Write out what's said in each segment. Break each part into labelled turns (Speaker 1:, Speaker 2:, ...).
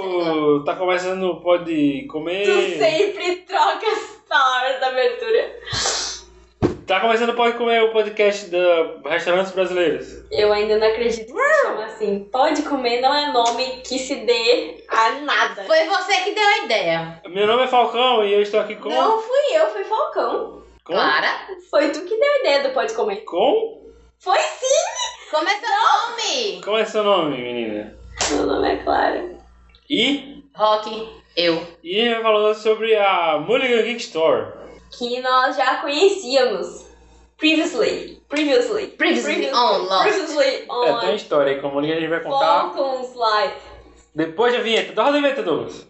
Speaker 1: Quando tá começando, pode comer.
Speaker 2: Tu sempre troca as palavras da abertura.
Speaker 1: Tá começando, pode comer o podcast da Restaurantes Brasileiros.
Speaker 2: Eu ainda não acredito que chama assim. Pode comer não é nome que se dê a nada.
Speaker 3: Foi você que deu a ideia.
Speaker 1: Meu nome é Falcão e eu estou aqui com.
Speaker 2: Não fui eu, foi Falcão.
Speaker 1: com...
Speaker 3: Clara?
Speaker 2: Foi tu que deu a ideia do Pode Comer.
Speaker 1: Com?
Speaker 2: Foi sim!
Speaker 3: Como é seu nome?
Speaker 1: Como é seu nome, menina?
Speaker 2: Meu nome é Clara.
Speaker 1: E.
Speaker 3: Rock, eu.
Speaker 1: E a gente vai falando sobre a Mulligan Geek Store.
Speaker 2: Que nós já conhecíamos. Previously. Previously.
Speaker 3: Previously on Lost.
Speaker 2: Previously
Speaker 1: É, tem uma
Speaker 2: on.
Speaker 1: história aí com a Mulligan a gente vai contar
Speaker 2: Falcons Life.
Speaker 1: depois da vinheta. Dá roda a vinheta, Douglas.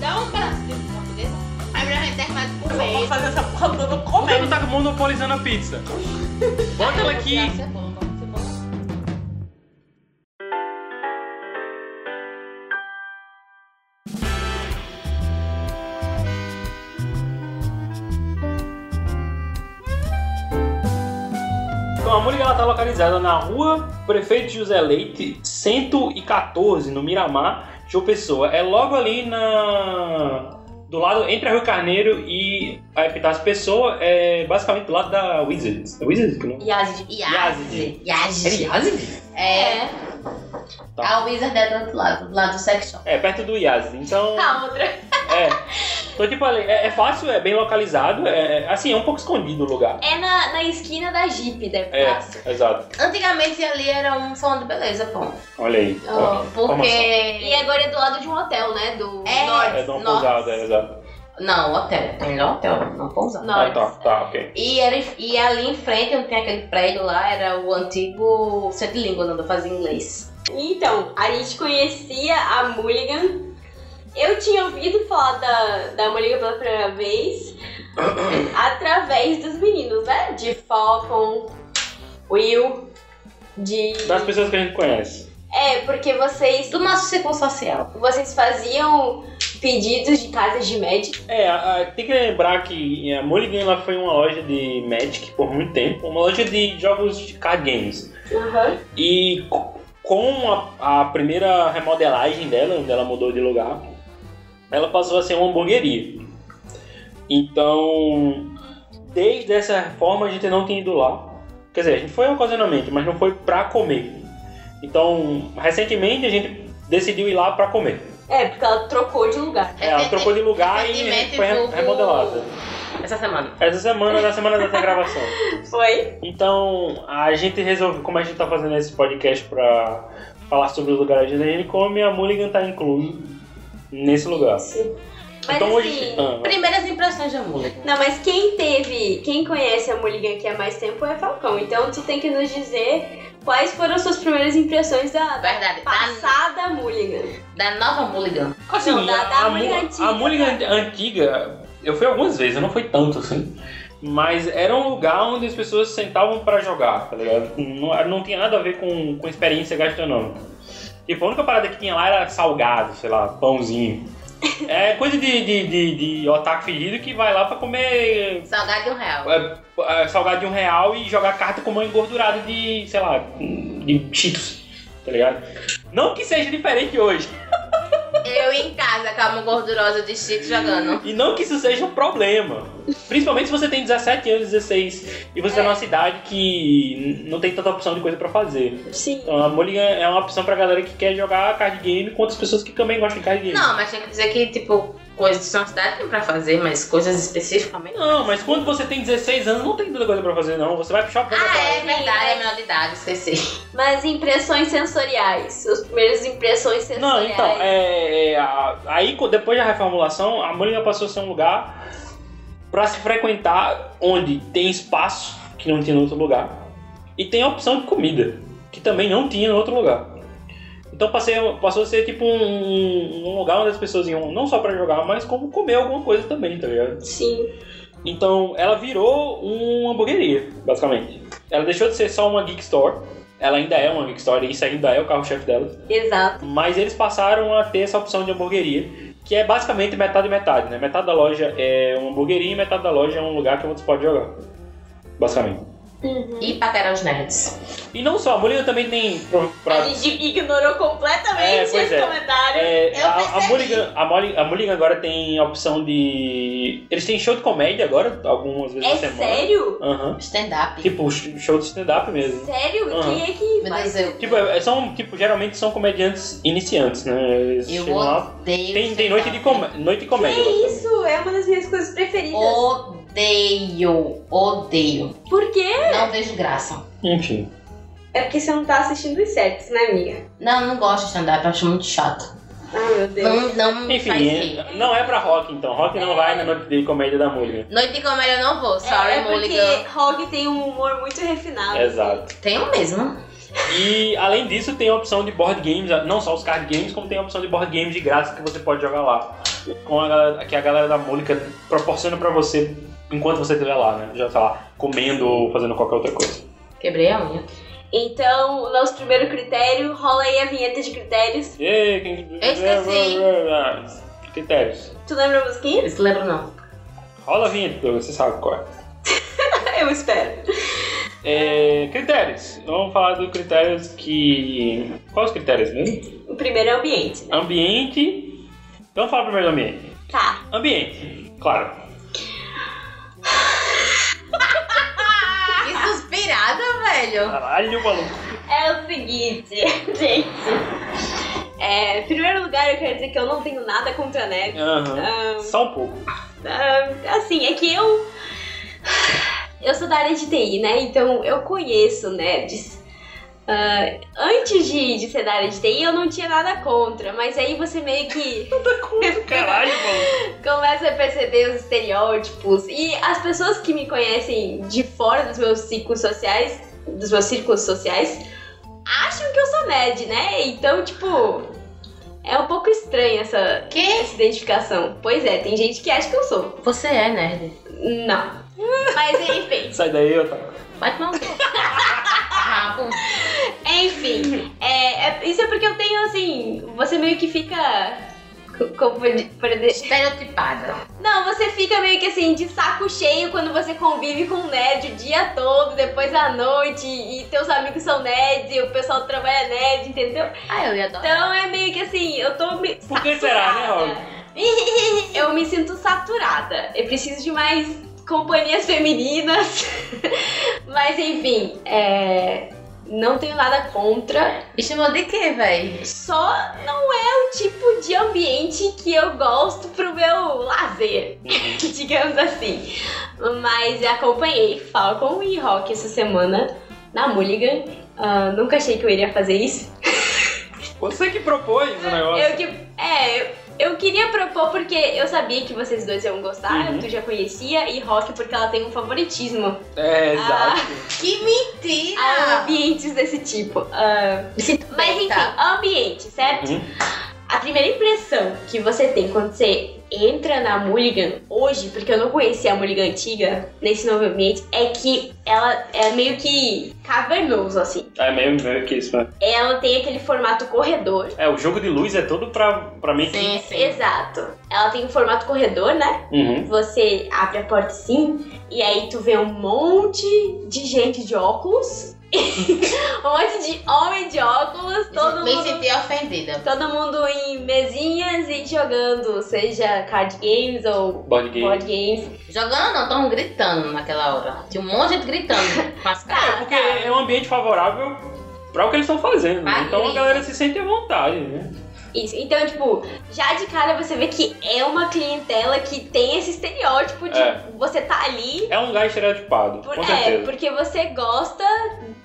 Speaker 3: Dá um pedaço de português. Aí melhor reservado por
Speaker 2: Vou fazer essa porra toda
Speaker 1: Por que tu tá monopolizando a pizza? Bota ela aqui. Então, a Mulligan ela tá localizada na rua Prefeito José Leite, 114, no Miramar, João Pessoa. É logo ali na. Do lado entre a Rio Carneiro e a Epitácio Pessoa, é basicamente do lado da Wizards. É Wizards que não?
Speaker 2: Yazid.
Speaker 3: Yazid. Yazid.
Speaker 1: Yazid?
Speaker 3: É.
Speaker 1: Tá.
Speaker 3: A Wizard é do outro lado, lá do sex shop.
Speaker 1: É, perto do Yazid. Então,
Speaker 2: A Tá, outra.
Speaker 1: é. Então, tipo, ali, é, é fácil, é bem localizado. É, é- assim, é um pouco escondido o lugar.
Speaker 2: É na, na esquina da Jeep, né? deve
Speaker 1: É,
Speaker 2: estar.
Speaker 1: exato.
Speaker 3: Antigamente ali era um salão de beleza, pô.
Speaker 1: Olha aí.
Speaker 3: Oh,
Speaker 1: ó. assim?
Speaker 2: E
Speaker 3: Porque.
Speaker 2: agora é do lado de um hotel, né? Do
Speaker 3: É.
Speaker 2: Norte.
Speaker 1: É de uma
Speaker 3: Nossa.
Speaker 1: pousada, é, exato.
Speaker 3: Não, hotel. Tem lá hotel, não pousada.
Speaker 2: Não.
Speaker 1: Ah,
Speaker 2: Norte.
Speaker 1: tá, tá, ok.
Speaker 3: E, era, e ali em frente, onde tem aquele prédio lá, era o antigo centro de língua, onde eu fazia inglês.
Speaker 2: Então, a gente conhecia a Mulligan. Eu tinha ouvido falar da, da Mulligan pela primeira vez através dos meninos, né? De Falcon, Will, de.
Speaker 1: Das pessoas que a gente conhece.
Speaker 2: É, porque vocês.
Speaker 3: Do nosso círculo social.
Speaker 2: Vocês faziam pedidos de cartas de Magic.
Speaker 1: É, a- a- tem que lembrar que eh, a Mulligan ela foi uma loja de Magic por muito tempo, uma loja de jogos de card games.
Speaker 2: Aham.
Speaker 1: E co- com a, a primeira remodelagem dela, onde ela mudou de lugar, ela passou a ser uma hamburgueria. Então, desde essa reforma a gente não tem ido lá. Quer dizer, a gente foi ocasionalmente, mas não foi pra comer. Então, recentemente a gente decidiu ir lá pra comer.
Speaker 2: É, porque ela trocou de lugar.
Speaker 1: É, ela trocou de lugar e
Speaker 3: Recentemente
Speaker 1: foi re-
Speaker 3: vulgo-
Speaker 1: remodelada.
Speaker 3: Essa semana.
Speaker 1: Essa semana, na semana dessa gravação.
Speaker 2: Foi?
Speaker 1: Então, a gente resolveu, como a gente tá fazendo esse podcast pra falar sobre os lugares onde a gente come, a Mulligan tá incluso nesse lugar.
Speaker 2: Sim. Mas
Speaker 1: então
Speaker 2: assim.
Speaker 1: hoje. Ah,
Speaker 3: Primeiras impressões da Mulligan.
Speaker 2: Não, mas quem teve, quem conhece a Mulligan aqui há mais tempo é Falcão. Então tu tem que nos dizer quais foram as suas primeiras impressões da
Speaker 3: Verdade. Da,
Speaker 2: passada Mulligan.
Speaker 3: da nova Mulligan.
Speaker 1: assim,
Speaker 2: não, da- da
Speaker 1: a,
Speaker 2: Mulligan
Speaker 1: Mu-
Speaker 2: antiga. né?
Speaker 1: a Mulligan antiga, eu fui algumas vezes, eu não fui tanto assim. Mas era um lugar onde as pessoas se sentavam pra jogar, tá ligado? Não, não tinha nada a ver com, com experiência gastronômica. Tipo, a única parada que tinha lá era salgado, sei lá, pãozinho. É coisa de, de, de, de otaku fedido que vai lá pra comer
Speaker 3: Salgado de um real.
Speaker 1: é, salgado de um real e jogar carta com mão engordurada de, sei lá, de cheetos, tá ligado? Não que seja diferente hoje,
Speaker 3: Eu em casa com a mão gordurosa de Chico jogando.
Speaker 1: e não que isso seja um problema. Principalmente se você tem 17 anos, 16, e você
Speaker 3: É.
Speaker 1: tá numa cidade que n- não tem tanta opção de coisa pra fazer.
Speaker 2: Sim.
Speaker 1: Então a Mulligan é uma opção pra galera que quer jogar card game com outras pessoas que também gostam de card game.
Speaker 3: Não, mas tem que dizer que, tipo, coisas de sua cidade tem pra fazer, mas coisas especificamente.
Speaker 1: Não, mas quando você tem 16 anos, não tem tanta coisa pra fazer, não. Você vai pro shopping.
Speaker 3: Ah,
Speaker 1: vai
Speaker 3: é verdade, é menor de idade, esqueci.
Speaker 2: Mas impressões sensoriais. Suas primeiras impressões
Speaker 1: Não,
Speaker 2: sensoriais.
Speaker 1: então, é, é, a- aí co- depois da reformulação, a Mulligan passou a ser um lugar pra se frequentar onde tem espaço, que não tinha em outro lugar, e tem a opção de comida, que também não tinha em outro lugar. Então passei, passou a ser tipo um, um lugar onde as pessoas iam não só pra jogar, mas como comer alguma coisa também, tá ligado?
Speaker 2: Sim.
Speaker 1: Então ela virou uma hamburgueria, basicamente. Ela deixou de ser só uma geek store, ela ainda é uma geek store, e isso ainda é o carro-chefe dela.
Speaker 2: Exato.
Speaker 1: Mas eles passaram a ter essa opção de hamburgueria, que é basicamente metade e metade, né? Metade da loja é uma hamburgueria e metade da loja é um lugar que você pode jogar. basicamente.
Speaker 2: Uhum.
Speaker 3: E Patera os Nerds.
Speaker 1: E não só, a Mulligan também tem. Pra,
Speaker 2: A
Speaker 1: pra-
Speaker 2: gente ignorou completamente
Speaker 1: É,
Speaker 2: esse
Speaker 1: pois é.
Speaker 2: comentário.
Speaker 1: é,
Speaker 4: eu
Speaker 1: a, a,
Speaker 4: percebi.
Speaker 1: Mulligan, a, Molly- a Mulligan agora tem a opção de. Eles têm show de comédia agora, algumas vezes
Speaker 2: É
Speaker 1: na semana.
Speaker 2: sério?
Speaker 1: Aham.
Speaker 3: Stand-up.
Speaker 1: Tipo, sh- show de stand-up mesmo.
Speaker 2: Sério?
Speaker 1: Uhum. Aham.
Speaker 2: Quem é que
Speaker 3: Meu
Speaker 2: vai?
Speaker 3: Deus, eu,
Speaker 1: Tipo, é- são, tipo, geralmente são comediantes iniciantes, né? Eles
Speaker 3: eu
Speaker 1: chegam lá.
Speaker 3: odeio.
Speaker 1: Tem, tem
Speaker 3: stand-up.
Speaker 1: noite, de com... noite de comédia.
Speaker 2: Que
Speaker 1: basicamente.
Speaker 2: isso? É uma das minhas coisas preferidas.
Speaker 3: Odeio, odeio.
Speaker 2: Por quê?
Speaker 3: Não vejo graça.
Speaker 1: Enfim.
Speaker 2: É porque você não tá assistindo os certos, né, amiga?
Speaker 3: Não, não gosto de stand-up, acho muito chato.
Speaker 2: Ah, meu Deus.
Speaker 3: Não, não me faz
Speaker 1: Enfim,
Speaker 3: rir. É.
Speaker 1: é- não é pra rock então. Rock não vai na noite de comédia da Mulligan.
Speaker 3: Noite de comédia eu não vou, sorry,
Speaker 2: é
Speaker 3: Mulligan.
Speaker 2: porque Hog tem um humor muito refinado.
Speaker 1: Exato.
Speaker 3: Tenho mesmo.
Speaker 1: E além disso, tem a opção de board games, não só os card games, como tem a opção de board games de graça que você pode jogar lá. Com a galera, que a galera da Mônica proporciona pra você enquanto você estiver lá, né? Já tá lá comendo ou fazendo qualquer outra coisa.
Speaker 3: Quebrei a unha.
Speaker 2: Então, o nosso primeiro critério, rola aí a vinheta de critérios.
Speaker 1: E aí, quem... Ah,
Speaker 3: Eu esqueci.
Speaker 1: Critérios.
Speaker 2: Tu lembra a musiquinha?
Speaker 3: Isso lembro não.
Speaker 1: Rola a vinheta, Douglas, você sabe qual é.
Speaker 2: Eu espero.
Speaker 1: É, Critérios. Vamos falar dos critérios que... Quais os critérios mesmo?
Speaker 2: O primeiro é o ambiente, né?
Speaker 1: Ambiente... Vamos falar primeiro do ambiente.
Speaker 2: Tá.
Speaker 1: Ambiente, claro.
Speaker 3: Que suspirada, velho.
Speaker 1: Caralho, maluco.
Speaker 2: É o seguinte, gente. É, em primeiro lugar, eu quero dizer que eu não tenho nada contra a neve.
Speaker 1: Aham.
Speaker 2: Ah,
Speaker 1: Só um pouco.
Speaker 2: Ah, assim, é que eu. Eu sou da área de TI, né? Então eu conheço nerds. Ah, antes de, de ser da área de TI, eu não tinha nada contra, mas aí você meio que
Speaker 1: Caralho, maluco.
Speaker 2: começa a perceber os estereótipos. E as pessoas que me conhecem de fora dos meus círculos sociais, dos meus círculos sociais, acham que eu sou nerd, né? Então, tipo, é um pouco estranha essa,
Speaker 3: Que?
Speaker 2: essa identificação. Pois é, tem gente que acha que eu sou.
Speaker 3: Você é nerd.
Speaker 2: Não. Mas enfim.
Speaker 1: Sai daí, Otaku.
Speaker 3: Vai tomar um Rabo.
Speaker 2: Enfim. é- é- isso é porque eu tenho assim. Você meio que fica. co- Como pode- pode dizer?
Speaker 3: Estereotipada.
Speaker 2: Não, você fica meio que assim de saco cheio quando você convive com um nerd o dia todo, depois à noite, e teus amigos são nerds, e o pessoal trabalha nerd, entendeu?
Speaker 3: Ah, eu ia adorar.
Speaker 2: Então é meio que assim, eu tô me.
Speaker 1: Por que será, né, Rob?
Speaker 2: Eu me sinto saturada. Eu preciso de mais companhias femininas. Mas enfim, é, não tenho nada contra.
Speaker 3: Me chamou de quê, véi?
Speaker 2: Só não é o tipo de ambiente que eu gosto pro meu lazer, digamos assim. Mas eu acompanhei Falcon e Rock essa semana na Mulligan. Ah, nunca achei que eu iria fazer isso.
Speaker 1: Você que propôs o
Speaker 2: Eu
Speaker 1: negócio.
Speaker 2: que, é, eu- eu queria propor porque eu sabia que vocês dois iam gostar,
Speaker 1: Uhum.
Speaker 2: tu já conhecia, e Rock porque ela tem um favoritismo Ah,
Speaker 1: É, exato.
Speaker 3: Que
Speaker 2: a
Speaker 4: Ah.
Speaker 3: mentira!
Speaker 2: ambientes desse tipo. Ah,
Speaker 3: Me sinto
Speaker 2: mas enfim,
Speaker 3: feita.
Speaker 2: ambiente, certo?
Speaker 1: Uhum.
Speaker 2: A primeira impressão que você tem quando você entra na Mulligan hoje, porque eu não conhecia a Mulligan antiga nesse novo ambiente, é que ela é meio que cavernoso, assim.
Speaker 1: É meio, meio que isso, né?
Speaker 2: Ela tem aquele formato corredor.
Speaker 1: É, o jogo de luz é todo pra, pra mim.
Speaker 3: Sim, sim.
Speaker 2: Exato. Ela tem o formato corredor, né?
Speaker 1: Uhum.
Speaker 2: Você abre a porta assim, e aí tu vê um monte de gente de óculos. um monte de homem de óculos, todo
Speaker 3: Me
Speaker 2: mundo.
Speaker 3: senti ofendida.
Speaker 2: Todo mundo em mesinhas e jogando, seja card games ou
Speaker 1: Board game.
Speaker 2: board games.
Speaker 3: Jogando não, estavam gritando naquela hora. Tinha um monte de gente gritando. Mas
Speaker 1: É, porque é um ambiente favorável pra o que eles estão fazendo. né?
Speaker 2: Ah,
Speaker 3: Ai,
Speaker 1: Então a
Speaker 3: isso.
Speaker 1: galera se sente à vontade, né?
Speaker 2: Isso. Então, tipo, já de cara você vê que é uma clientela que tem esse estereótipo de
Speaker 1: É.
Speaker 2: você tá ali
Speaker 1: É um lugar estereotipado,
Speaker 2: Por-
Speaker 1: com
Speaker 2: é,
Speaker 1: certeza.
Speaker 2: porque você gosta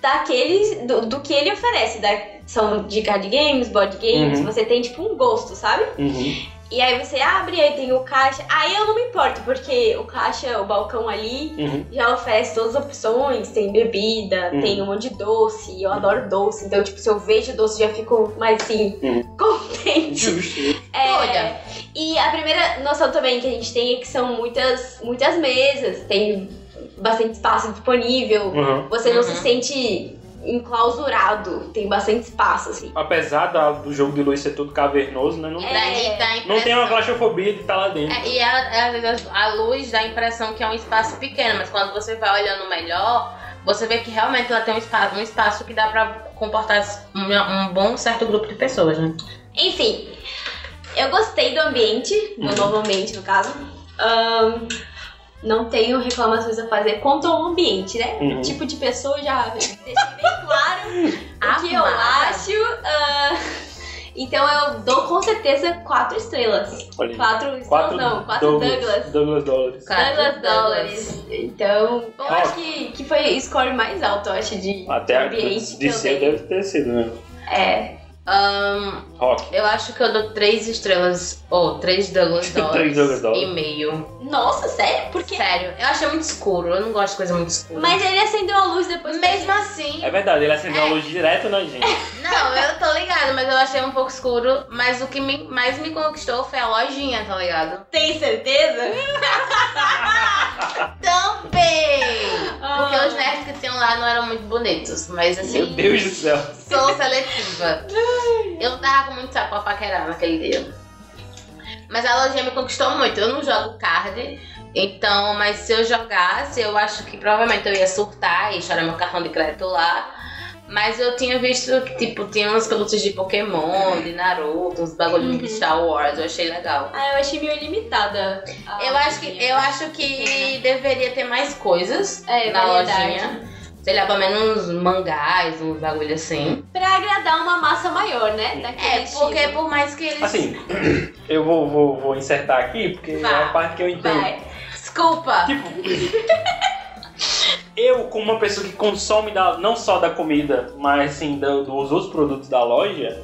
Speaker 2: daqueles, do, do que ele oferece. Da, são de card games, board games,
Speaker 1: Uhum.
Speaker 2: você tem tipo um gosto, sabe?
Speaker 1: Uhum.
Speaker 2: E aí você abre, aí tem o caixa. Aí eu não me importo, porque o caixa, o balcão ali,
Speaker 1: Uhum.
Speaker 2: já oferece todas as opções. Tem bebida,
Speaker 1: Uhum.
Speaker 2: tem um monte de doce, e eu adoro doce. Então, tipo, se eu vejo doce, já fico mais assim,
Speaker 1: Uhum.
Speaker 2: contente.
Speaker 1: Justo.
Speaker 2: É,
Speaker 3: Olha.
Speaker 2: E a primeira noção também que a gente tem é que são muitas, muitas mesas, tem bastante espaço disponível.
Speaker 1: Uhum.
Speaker 2: Você não
Speaker 3: Uhum.
Speaker 2: se sente enclausurado, tem bastante espaço, assim.
Speaker 1: Apesar da- do jogo de luz ser todo cavernoso, né? Não,
Speaker 2: É,
Speaker 4: Daí
Speaker 3: tá
Speaker 4: dá a
Speaker 1: não tem uma
Speaker 4: impressão-
Speaker 1: claustrofobia de estar lá dentro.
Speaker 4: É, e a- às vezes a luz dá a impressão que é um espaço pequeno, mas quando você vai olhando melhor, você vê que realmente ela tem um espaço, um espaço que dá pra comportar um, um bom certo grupo de pessoas, né?
Speaker 2: Enfim, eu gostei do ambiente, do novo ambiente no caso. Ahn, não tenho reclamações a fazer quanto ao ambiente, né?
Speaker 1: Uhum.
Speaker 2: O tipo de pessoa eu já deixei bem claro
Speaker 4: Ah,
Speaker 2: o que eu
Speaker 4: massa.
Speaker 2: acho. ahn, então eu dou com certeza quatro estrelas.
Speaker 1: Olha aí.
Speaker 2: É, Quatro
Speaker 4: então
Speaker 1: Quatro
Speaker 2: estrelas não, quatro Douglas.
Speaker 1: Douglas Dollars.
Speaker 4: Quatro
Speaker 2: Douglas
Speaker 4: dólares.
Speaker 2: Dollars. Então, eu
Speaker 1: Nossa.
Speaker 2: acho que, que foi o score mais alto, eu acho, de,
Speaker 1: Até a
Speaker 2: de ambiente
Speaker 1: de
Speaker 2: que eu
Speaker 1: ser
Speaker 2: dei.
Speaker 1: deve ter sido, né?
Speaker 2: É.
Speaker 4: Ahn,
Speaker 1: Rock.
Speaker 4: Ah, eu acho que eu dou três estrelas, ou três Douglas Dollars,
Speaker 1: Três Douglas Dollars.
Speaker 4: e meio.
Speaker 2: Nossa, sério? Por quê?
Speaker 4: Sério, eu achei muito escuro, eu não gosto de coisa muito escura.
Speaker 2: Mas ele acendeu a luz depois que a
Speaker 4: mesmo assim,
Speaker 1: É verdade, ele acendeu a
Speaker 4: É.
Speaker 1: luz direto na gente.
Speaker 2: É.
Speaker 4: Não, eu tô ligado, mas eu achei um pouco escuro. Mas o que me- mais me conquistou foi a lojinha, tá ligado?
Speaker 2: Tem certeza?
Speaker 4: Também! Porque
Speaker 2: Ah.
Speaker 4: é- os nerds que tinham lá não eram muito bonitos, mas
Speaker 1: Meu
Speaker 4: assim,
Speaker 1: Deus do céu.
Speaker 4: sou seletiva. Eu tava com muito saco pra paquerar naquele dia. Mas a lojinha me conquistou muito. Eu não jogo card, então, mas se eu jogasse, eu acho que provavelmente eu ia surtar e chorar meu cartão de crédito lá. Mas eu tinha visto que, tipo, tinha umas pelúcias de Pokémon, de Naruto, uns bagulhos de Star Wars, eu achei legal.
Speaker 2: Ah, eu achei meio limitada. a
Speaker 4: Eu acho que,
Speaker 2: lojinha.
Speaker 4: eu acho que deveria ter mais coisas
Speaker 2: É,
Speaker 4: na
Speaker 2: variedade.
Speaker 4: lojinha. Sei lá, pelo menos uns mangás, uns bagulho
Speaker 1: Hum.
Speaker 4: assim.
Speaker 2: Pra agradar uma massa maior, né? Daquele
Speaker 4: É, porque
Speaker 2: estilo.
Speaker 4: por mais que eles.
Speaker 1: Assim, eu vou, vou, vou insertar aqui, porque
Speaker 4: Vai.
Speaker 1: é a parte que eu entendo.
Speaker 2: Vai.
Speaker 4: Desculpa!
Speaker 1: Tipo, eu, como uma pessoa que consome da- não só da comida, mas sim do- dos outros produtos da loja,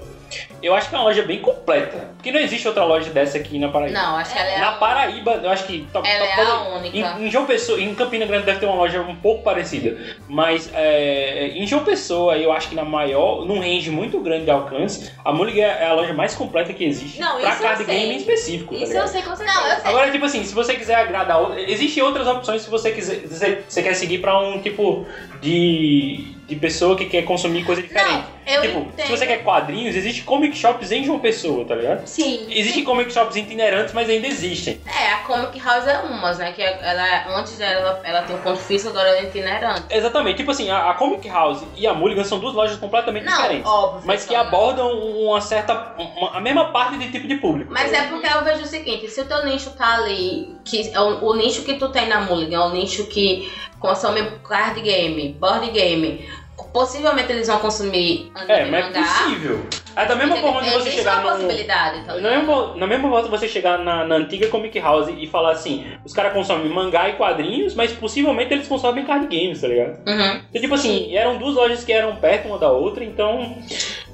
Speaker 1: eu acho que é uma loja bem completa. Porque não existe outra loja dessa aqui na Paraíba.
Speaker 4: Não, acho que ela é,
Speaker 1: Na
Speaker 4: a,
Speaker 1: Paraíba, eu acho que. Tá,
Speaker 4: ela é a única.
Speaker 1: Em, em João Pessoa, em Campina Grande deve ter uma loja um pouco parecida, mas é, em João Pessoa eu acho que na maior, num range muito grande de alcance, a Mulligan é a loja mais completa que existe
Speaker 2: Não,
Speaker 1: pra
Speaker 2: isso
Speaker 1: card
Speaker 2: eu sei.
Speaker 1: game em específico. tá
Speaker 2: Isso
Speaker 1: ligado?
Speaker 2: eu sei com certeza.
Speaker 4: Não, eu sei.
Speaker 1: Agora, tipo assim, se você quiser agradar. outra- Existem outras opções se você quiser. se Você quer seguir pra um tipo de. de pessoa que quer consumir coisa diferente.
Speaker 4: Não, eu
Speaker 1: tipo,
Speaker 4: entendo.
Speaker 1: se você quer quadrinhos, existe comic shops em João Pessoa, tá ligado?
Speaker 2: Sim.
Speaker 1: Existem comic shops itinerantes, mas ainda existem.
Speaker 4: É, a Comic House é umas, né? Que ela, antes ela, ela tem um ponto fixo, agora ela é itinerante.
Speaker 1: Exatamente. Tipo assim, a, a Comic House e a Mulligan são duas lojas completamente
Speaker 4: Não,
Speaker 1: diferentes.
Speaker 4: óbvio.
Speaker 1: Mas que é
Speaker 4: não.
Speaker 1: abordam um, uma certa. uma- a mesma parte de tipo de público.
Speaker 4: Mas é porque eu vejo o seguinte, se o teu nicho tá ali, que é o, o nicho que tu tem na Mulligan, é o nicho que consome card game, board game, possivelmente eles vão consumir anime
Speaker 1: É,
Speaker 4: e
Speaker 1: mas é
Speaker 4: mangá.
Speaker 1: possível. É da mesma forma que você
Speaker 4: Existe
Speaker 1: chegar é? num,
Speaker 4: uma possibilidade, tá
Speaker 1: Na
Speaker 4: ligado?
Speaker 1: mesma, na mesma volta você chegar na, na antiga Comic House e falar assim, os caras consomem mangá e quadrinhos, mas possivelmente eles consomem card games, tá ligado?
Speaker 4: Uhum.
Speaker 1: Então, tipo assim, eram duas lojas que eram perto uma da outra, então.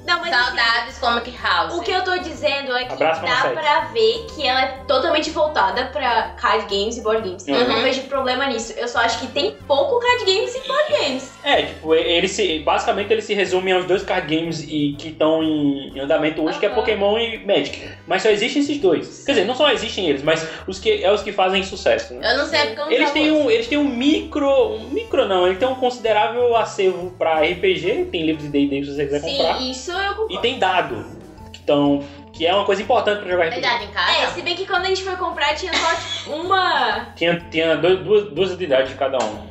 Speaker 2: Não, mas assim,
Speaker 4: Saudades Comic House.
Speaker 2: o que eu tô dizendo é que
Speaker 1: Abraço,
Speaker 2: dá
Speaker 1: Marcelo.
Speaker 2: pra ver que ela é totalmente voltada pra card games e board games. Eu
Speaker 1: Uhum.
Speaker 2: não vejo problema nisso. Eu só acho que tem pouco card games e board games.
Speaker 1: É, tipo, e- ele se. Basicamente ele se resume aos dois card games e, que estão em, em andamento hoje, que é
Speaker 2: Aham.
Speaker 1: Pokémon e Magic. Mas só existem esses dois. Quer dizer, não só existem eles, mas os que, é os que fazem sucesso, né?
Speaker 4: Eu não sei é porque eu não
Speaker 1: Eles
Speaker 4: jogo
Speaker 1: têm, um, eles têm um micro. Um micro não, ele tem um considerável acervo pra RPG, tem livros de DD se você quiser comprar.
Speaker 2: Sim, isso eu
Speaker 1: E
Speaker 2: concordo.
Speaker 1: tem dado. Então, que é uma coisa importante pra jogar
Speaker 4: Tem
Speaker 1: RPG.
Speaker 4: dado em casa?
Speaker 2: É, se bem que quando a gente foi comprar tinha só tipo, uma.
Speaker 1: Tinha, tinha dois- duas, duas entidades de cada um.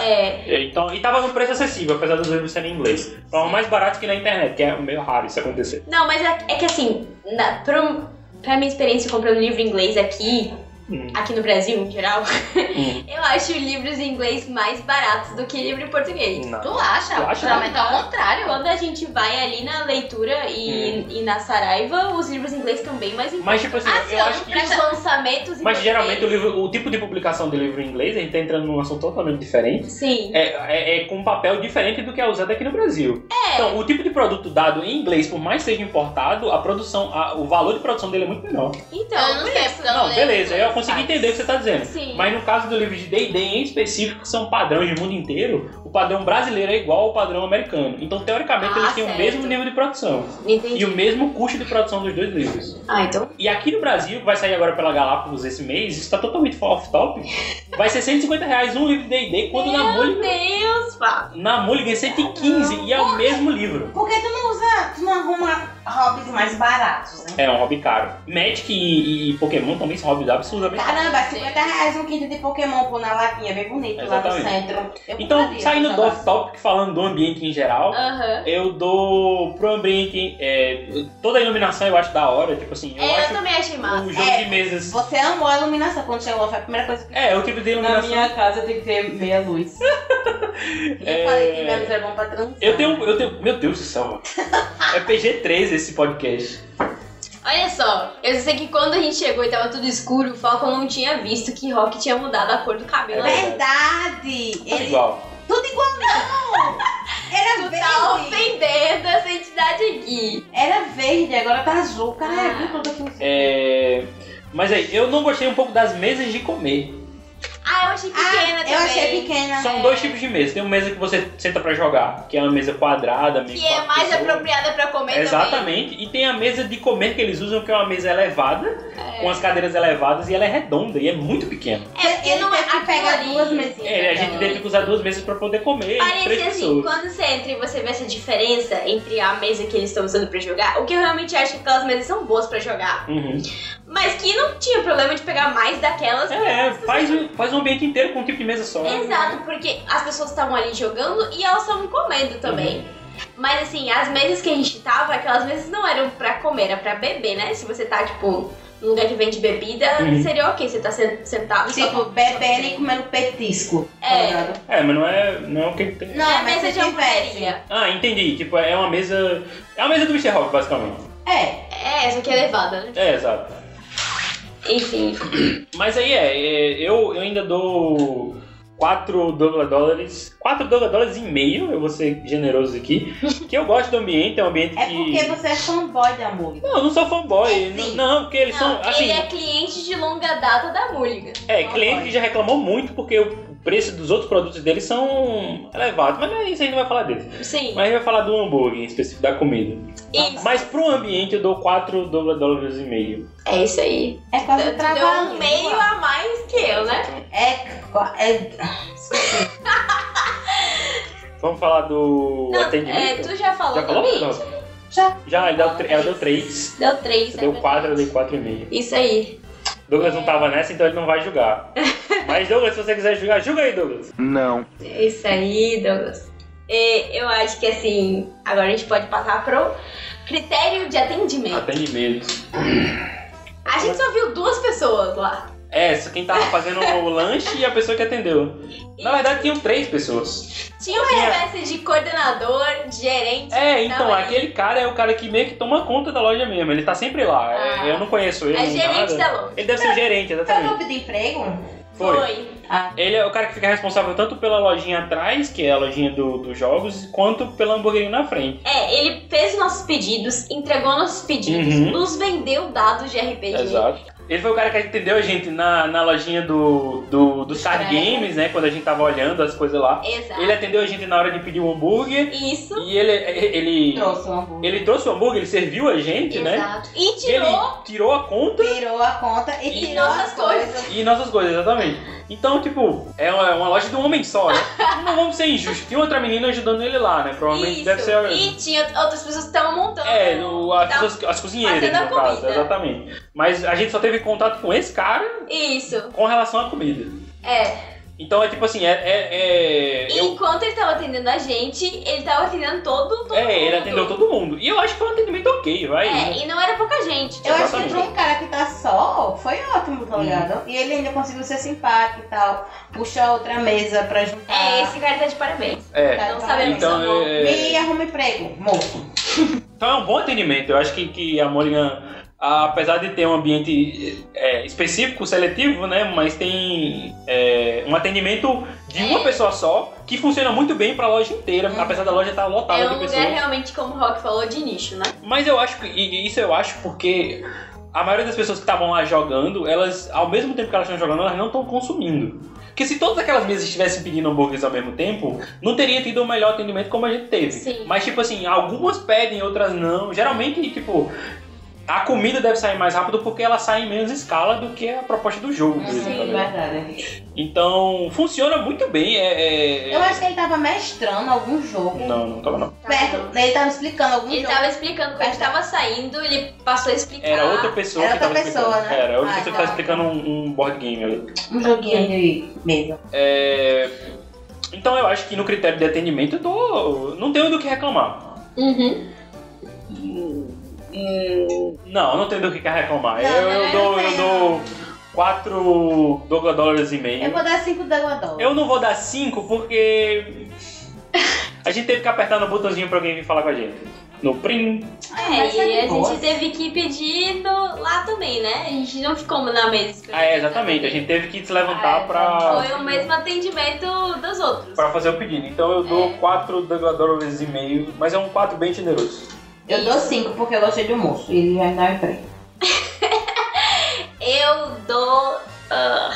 Speaker 2: É.
Speaker 1: Então, e tava num preço acessível, apesar dos livros serem em inglês. Então, mais barato que na internet, que é meio raro isso acontecer.
Speaker 2: Não, mas é, é que assim, na, pro, pra minha experiência comprando livro em inglês aqui,
Speaker 1: Hum,
Speaker 2: aqui no Brasil em geral,
Speaker 1: hum,
Speaker 2: eu acho livros em inglês mais baratos do que livro em português.
Speaker 1: não.
Speaker 4: Tu acha?
Speaker 1: Eu acho
Speaker 4: Geralmente tá ao contrário.
Speaker 2: Quando a gente vai ali na leitura e, e na Saraiva, os livros em inglês estão bem mais em
Speaker 1: Mas, tipo assim,
Speaker 4: Hum. Ah, sim,
Speaker 1: eu
Speaker 4: eu
Speaker 1: acho que.
Speaker 2: E os lançamentos em
Speaker 1: Mas
Speaker 2: português-
Speaker 1: geralmente o, livro, o tipo de publicação de livro em inglês, a gente tá entrando num assunto totalmente diferente.
Speaker 2: Sim.
Speaker 1: É, é- é com um papel diferente do que é usado aqui no Brasil.
Speaker 2: É.
Speaker 1: Então, o tipo de produto dado em inglês, por mais que seja importado, a produção, a- o valor de produção dele é muito menor.
Speaker 2: Então,
Speaker 4: Eu não sei, porque eu
Speaker 1: Não,
Speaker 4: leio.
Speaker 1: beleza, eu consigo entender o que você tá dizendo.
Speaker 2: Sim.
Speaker 1: Mas no caso do livro de D&D em específico, que são padrões de mundo inteiro, o padrão brasileiro é igual ao padrão americano. Então, teoricamente,
Speaker 3: Ah,
Speaker 1: eles têm o
Speaker 3: certo.
Speaker 1: mesmo nível de produção.
Speaker 3: Entendi.
Speaker 1: E o mesmo custo de produção dos dois livros.
Speaker 2: Ah, então.
Speaker 1: E aqui no Brasil, que vai sair agora pela Galápagos esse mês, isso tá totalmente off-top, vai ser 150 reais um livro de D&D, quando na
Speaker 2: Meu
Speaker 1: Mulligan,
Speaker 2: Deus, pá.
Speaker 1: na Mulligan é 115 e é o mesmo livro.
Speaker 4: Por que tu não usa, tu não arruma hobbies mais baratos, né?
Speaker 1: É um hobby caro. Magic e, e Pokémon também são hobbies absolutamente caros.
Speaker 4: Caramba, 50 reais um kit de Pokémon pô, na latinha, bem bonito
Speaker 1: Exatamente.
Speaker 4: lá no centro. Eu
Speaker 1: Então,
Speaker 4: compraria
Speaker 1: saindo
Speaker 4: essa
Speaker 1: do
Speaker 4: latinha.
Speaker 1: off-topic, falando do ambiente em geral,
Speaker 2: Aham.
Speaker 1: eu dou pro ambiente. é, toda a iluminação eu acho da hora, tipo assim, eu
Speaker 2: É, eu
Speaker 1: acho
Speaker 2: também achei massa.
Speaker 1: o jogo
Speaker 4: É.
Speaker 1: de mesas.
Speaker 4: Você amou a iluminação quando chegou, foi a primeira coisa que
Speaker 1: É, o tipo de iluminação.
Speaker 4: casa tem que ter meia luz.
Speaker 1: É.
Speaker 4: Eu falei que meia luz era bom pra transar.
Speaker 1: Eu tenho, um- eu tenho. Meu Deus do céu, mano. É PG-13 esse podcast.
Speaker 2: Olha só, eu sei que quando a gente chegou e tava tudo escuro, o Falcon não tinha visto que Rock tinha mudado a cor do cabelo.
Speaker 1: É.
Speaker 4: Verdade!
Speaker 1: Tudo
Speaker 4: Ele...
Speaker 1: Tá igual.
Speaker 4: Tudo igual não!
Speaker 2: Tu
Speaker 4: Era
Speaker 2: tá
Speaker 4: verde!
Speaker 2: ofendendo essa entidade aqui.
Speaker 4: Era verde, agora tá azul.
Speaker 2: Ah.
Speaker 4: Caralho, viu tudo aqui no centro.
Speaker 1: É, Mas aí, eu não gostei um pouco das mesas de comer.
Speaker 2: Ah, eu achei pequena
Speaker 4: Ah,
Speaker 2: também.
Speaker 4: eu achei pequena.
Speaker 1: São
Speaker 2: é.
Speaker 1: dois tipos de mesa. Tem uma mesa que você senta pra jogar, que é uma mesa quadrada, meio
Speaker 2: Que é
Speaker 1: quatro
Speaker 2: mais
Speaker 1: pessoas.
Speaker 2: apropriada pra comer também.
Speaker 1: Exatamente. E tem a mesa de comer que eles usam, que é uma mesa elevada, com as cadeiras elevadas, e ela é redonda e é muito pequena.
Speaker 2: É porque
Speaker 4: Ele
Speaker 2: não é
Speaker 4: teve que pegar
Speaker 2: aquilo
Speaker 4: duas
Speaker 2: ali.
Speaker 4: mesinhas. né?
Speaker 1: É, a gente teve que usar duas mesas pra poder comer três
Speaker 2: Parece assim,
Speaker 1: pessoas.
Speaker 2: quando você entra e você vê essa diferença entre a mesa que eles estão usando pra jogar, o que eu realmente acho é que aquelas mesas são boas pra jogar,
Speaker 1: Uhum.
Speaker 2: mas que não tinha problema de pegar mais daquelas.
Speaker 1: É, faz, um- faz um ambiente inteiro com um tipo de mesa só.
Speaker 2: Exato, porque as pessoas estavam ali jogando e elas estavam comendo também.
Speaker 1: Uhum.
Speaker 2: Mas assim, as mesas que a gente tava, aquelas mesas não eram pra comer, era pra beber, né? Se você tá, tipo, num lugar que vende bebida,
Speaker 1: Uhum.
Speaker 2: seria ok você tá sen- sentado. só
Speaker 4: Tipo,
Speaker 2: com-
Speaker 4: bebendo e comendo petisco.
Speaker 2: É.
Speaker 4: tá ligado?
Speaker 1: É, mas não é, não é o que tem.
Speaker 4: Não,
Speaker 2: é a
Speaker 4: mas
Speaker 2: mesa
Speaker 4: se
Speaker 2: de
Speaker 4: tivesse.
Speaker 2: hamburgueria.
Speaker 1: Ah, entendi. Tipo, é uma mesa. É uma mesa do Mr. Rock, basicamente.
Speaker 4: É.
Speaker 2: É, essa aqui é elevada, né?
Speaker 1: É, exato.
Speaker 2: Enfim.
Speaker 1: Mas aí é, é, eu, eu ainda dou 4 dólar dólares. 4 dólar dólares e meio, eu vou ser generoso aqui. que eu gosto do ambiente, é um ambiente
Speaker 4: É
Speaker 1: que.
Speaker 4: porque você é fanboy da música.
Speaker 1: Não, eu não sou fanboy.
Speaker 4: É,
Speaker 1: não,
Speaker 4: sim.
Speaker 1: não, porque eles
Speaker 2: Não,
Speaker 1: são. Assim,
Speaker 2: ele
Speaker 1: é,
Speaker 2: é cliente de longa data da Mulligan.
Speaker 1: cliente
Speaker 4: fanboy.
Speaker 1: que já reclamou muito porque o preço dos outros produtos deles são elevados. Mas não é isso, a gente não vai falar deles.
Speaker 2: Sim.
Speaker 1: Mas a gente vai falar do hambúrguer em específico, da comida.
Speaker 2: Isso.
Speaker 1: Mas pro ambiente eu dou 4 dólar dólares e meio.
Speaker 2: É isso aí.
Speaker 4: É quase
Speaker 2: Tu deu
Speaker 4: trabalho.
Speaker 2: um meio a mais que eu, né?
Speaker 4: É. qua- é-
Speaker 1: Vamos falar do
Speaker 2: Não, é,
Speaker 1: atendimento?
Speaker 2: tu já falou
Speaker 1: Já falou?
Speaker 2: também?
Speaker 1: Não.
Speaker 4: Já.
Speaker 1: Já, ela deu tre- ela deu 3.
Speaker 2: Deu três,
Speaker 1: Você
Speaker 2: né?
Speaker 1: deu 4, eu dei 4,5.
Speaker 2: Isso aí.
Speaker 1: Douglas
Speaker 2: É.
Speaker 1: não tava nessa, então ele não vai julgar. Mas, Douglas, se você quiser julgar, julga aí, Douglas.
Speaker 5: Não.
Speaker 2: É Isso aí, Douglas. E eu acho que assim, agora a gente pode passar pro critério de atendimento.
Speaker 1: Atendimento.
Speaker 2: A gente só viu duas pessoas lá.
Speaker 1: É, só quem tava fazendo o lanche e a pessoa que atendeu. Na verdade, tinham três pessoas.
Speaker 2: Tinha uma
Speaker 1: Tinha.
Speaker 2: espécie de coordenador, de gerente.
Speaker 1: É, então,
Speaker 2: Não, é.
Speaker 1: aquele cara é o cara que meio que toma conta da loja mesmo. Ele tá sempre lá. É,
Speaker 2: Ah.
Speaker 1: eu não conheço ele.
Speaker 2: É
Speaker 1: nem
Speaker 2: gerente
Speaker 1: nada.
Speaker 2: da loja.
Speaker 1: Ele deve ser o gerente,
Speaker 4: Foi o
Speaker 1: exatamente.
Speaker 4: golpe de emprego?
Speaker 1: Foi.
Speaker 2: Foi.
Speaker 1: Ele é o cara que fica responsável tanto pela lojinha atrás, que é a lojinha do- dos jogos, quanto pela hamburgueria na frente.
Speaker 2: É, ele fez nossos pedidos, entregou nossos pedidos,
Speaker 1: Uhum.
Speaker 2: nos vendeu dados de RPG.
Speaker 1: Exato. Ele foi o cara que atendeu a gente na, na lojinha do, do, do Star
Speaker 2: É.
Speaker 1: Games, né? Quando a gente tava olhando as coisas lá.
Speaker 2: Exato.
Speaker 1: Ele atendeu a gente na hora de pedir o hambúrguer.
Speaker 2: Isso.
Speaker 1: E ele. é Ele,
Speaker 4: Trouxe um hambúrguer.
Speaker 1: ele trouxe o hambúrguer, ele serviu a gente, né?
Speaker 2: Exato. E
Speaker 1: Ele
Speaker 2: tirou.
Speaker 1: tirou a conta
Speaker 4: Tirou a conta e,
Speaker 2: E
Speaker 4: tirou
Speaker 2: nossas
Speaker 4: as coisas.
Speaker 1: e nossas coisas, exatamente. Então, tipo, é uma, é uma loja de um homem só, né? Não vamos ser injustos. Tinha outra menina ajudando ele lá, né? Provavelmente
Speaker 2: Isso.
Speaker 1: deve ser. a-
Speaker 2: E tinha outras pessoas que estavam montando.
Speaker 1: É, no- as,
Speaker 2: Tá
Speaker 1: pessoas- as cozinheiras,
Speaker 2: fazendo a
Speaker 1: no caso,
Speaker 2: comida.
Speaker 1: exatamente. Mas a gente só teve contato com esse cara
Speaker 2: Isso.
Speaker 1: com relação à comida.
Speaker 2: É.
Speaker 1: Então é tipo assim, é. é, é
Speaker 2: E
Speaker 1: eu-
Speaker 2: Enquanto ele tava atendendo a gente, ele tava atendendo todo, todo mundo.
Speaker 1: é, ele atendeu todo né? mundo. E eu acho que foi um atendimento ok, vai.
Speaker 2: É, e não era pouca gente.
Speaker 4: Eu acho que
Speaker 1: Exatamente.
Speaker 4: pra um cara que tá só, foi ótimo, tá ligado? E ele ainda conseguiu ser simpático e tal. Puxou outra mesa pra juntar.
Speaker 2: É, esse cara tá de parabéns.
Speaker 1: É.
Speaker 4: Tá
Speaker 2: não
Speaker 4: bom.
Speaker 2: sabemos.
Speaker 1: Então, é-
Speaker 4: Me arruma emprego, moço.
Speaker 1: então é um bom atendimento. Eu acho que, que a Mulligan, a- apesar de ter um ambiente é, específico, seletivo, né? Mas tem é, um atendimento de
Speaker 2: É.
Speaker 1: uma pessoa só que funciona muito bem pra loja inteira,
Speaker 4: Uhum.
Speaker 1: apesar da loja estar lotada
Speaker 2: É um
Speaker 1: de
Speaker 2: lugar
Speaker 1: pessoas.
Speaker 2: realmente, como o Rock falou, de nicho, né?
Speaker 1: Mas eu acho que. e- e Isso eu acho porque a maioria das pessoas que estavam lá jogando, elas, ao mesmo tempo que elas estão jogando, elas não estão consumindo. Porque se todas aquelas mesas estivessem pedindo hambúrgueres ao mesmo tempo, não teria tido o melhor atendimento como a gente teve.
Speaker 3: Sim.
Speaker 1: Mas, tipo assim, algumas pedem, outras não. Geralmente, tipo, a comida deve sair mais rápido porque ela sai em menos escala do que a proposta do jogo. por
Speaker 3: Sim,
Speaker 1: exemplo, tá
Speaker 4: Sim, né?
Speaker 1: ligado?
Speaker 4: verdade.
Speaker 1: Então, funciona muito bem. É, é-
Speaker 4: Eu acho que ele tava mestrando algum jogo.
Speaker 1: Não, não tava não.
Speaker 4: Perto, ele tava explicando algum
Speaker 2: Ele
Speaker 4: jogo.
Speaker 2: tava explicando como
Speaker 4: Verdade.
Speaker 2: estava saindo, ele passou a explicar.
Speaker 1: Era outra pessoa
Speaker 4: Ah, Era
Speaker 1: que tava
Speaker 4: outra pessoa,
Speaker 1: explicando.
Speaker 4: né?
Speaker 1: Era outra
Speaker 4: Ah,
Speaker 1: pessoa que tava
Speaker 4: tá.
Speaker 1: explicando um, um board game ali.
Speaker 4: Um joguinho de mesa.
Speaker 1: É, Então eu acho que no critério de atendimento eu tô. Não tenho do que reclamar.
Speaker 2: Uhum.
Speaker 1: Não, não tenho do que reclamar.
Speaker 4: Não,
Speaker 1: eu, eu
Speaker 4: eu
Speaker 1: dou. Eu
Speaker 4: tenho.
Speaker 1: dou 4 Douglas dólares e meio.
Speaker 4: Eu vou dar 5 Dumbledore.
Speaker 1: Eu não vou dar 5 porque. A gente teve que apertar no botãozinho pra alguém vir falar com a gente. No print.
Speaker 2: É,
Speaker 4: mas é
Speaker 2: e
Speaker 4: de
Speaker 2: a
Speaker 4: boa.
Speaker 2: gente teve que pedir no- lá também, né? A gente não ficou na mesa esperando.
Speaker 1: Ah, é, exatamente. A gente teve que se levantar
Speaker 4: Ah,
Speaker 1: pra.
Speaker 2: Foi o mesmo atendimento dos
Speaker 4: um
Speaker 2: outros.
Speaker 1: Pra fazer o pedido. Então eu dou
Speaker 2: É.
Speaker 1: 4 Douglas dólares e meio, mas é um 4 bem generoso.
Speaker 4: Eu dou 5 porque eu gostei do moço. E ele vai me dar um emprego.
Speaker 2: Eu dou. ah,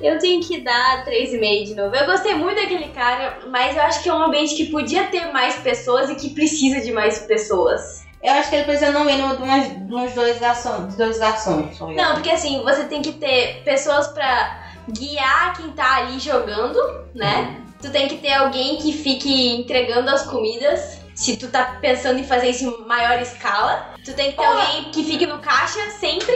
Speaker 2: eu tenho que dar 3,5 de novo. Eu gostei muito daquele cara, mas eu acho que é um ambiente que podia ter mais pessoas e que precisa de mais pessoas.
Speaker 4: Eu acho que ele precisa no mínimo de, umas, de uns dois ações. De dois ações só eu.
Speaker 2: Não, porque assim, você tem que ter pessoas pra guiar quem tá ali jogando, né? Tu tem que ter alguém que fique entregando as comidas. Se tu tá pensando em fazer isso em maior escala, tu tem que ter
Speaker 4: Ó.
Speaker 2: alguém que fique no caixa sempre.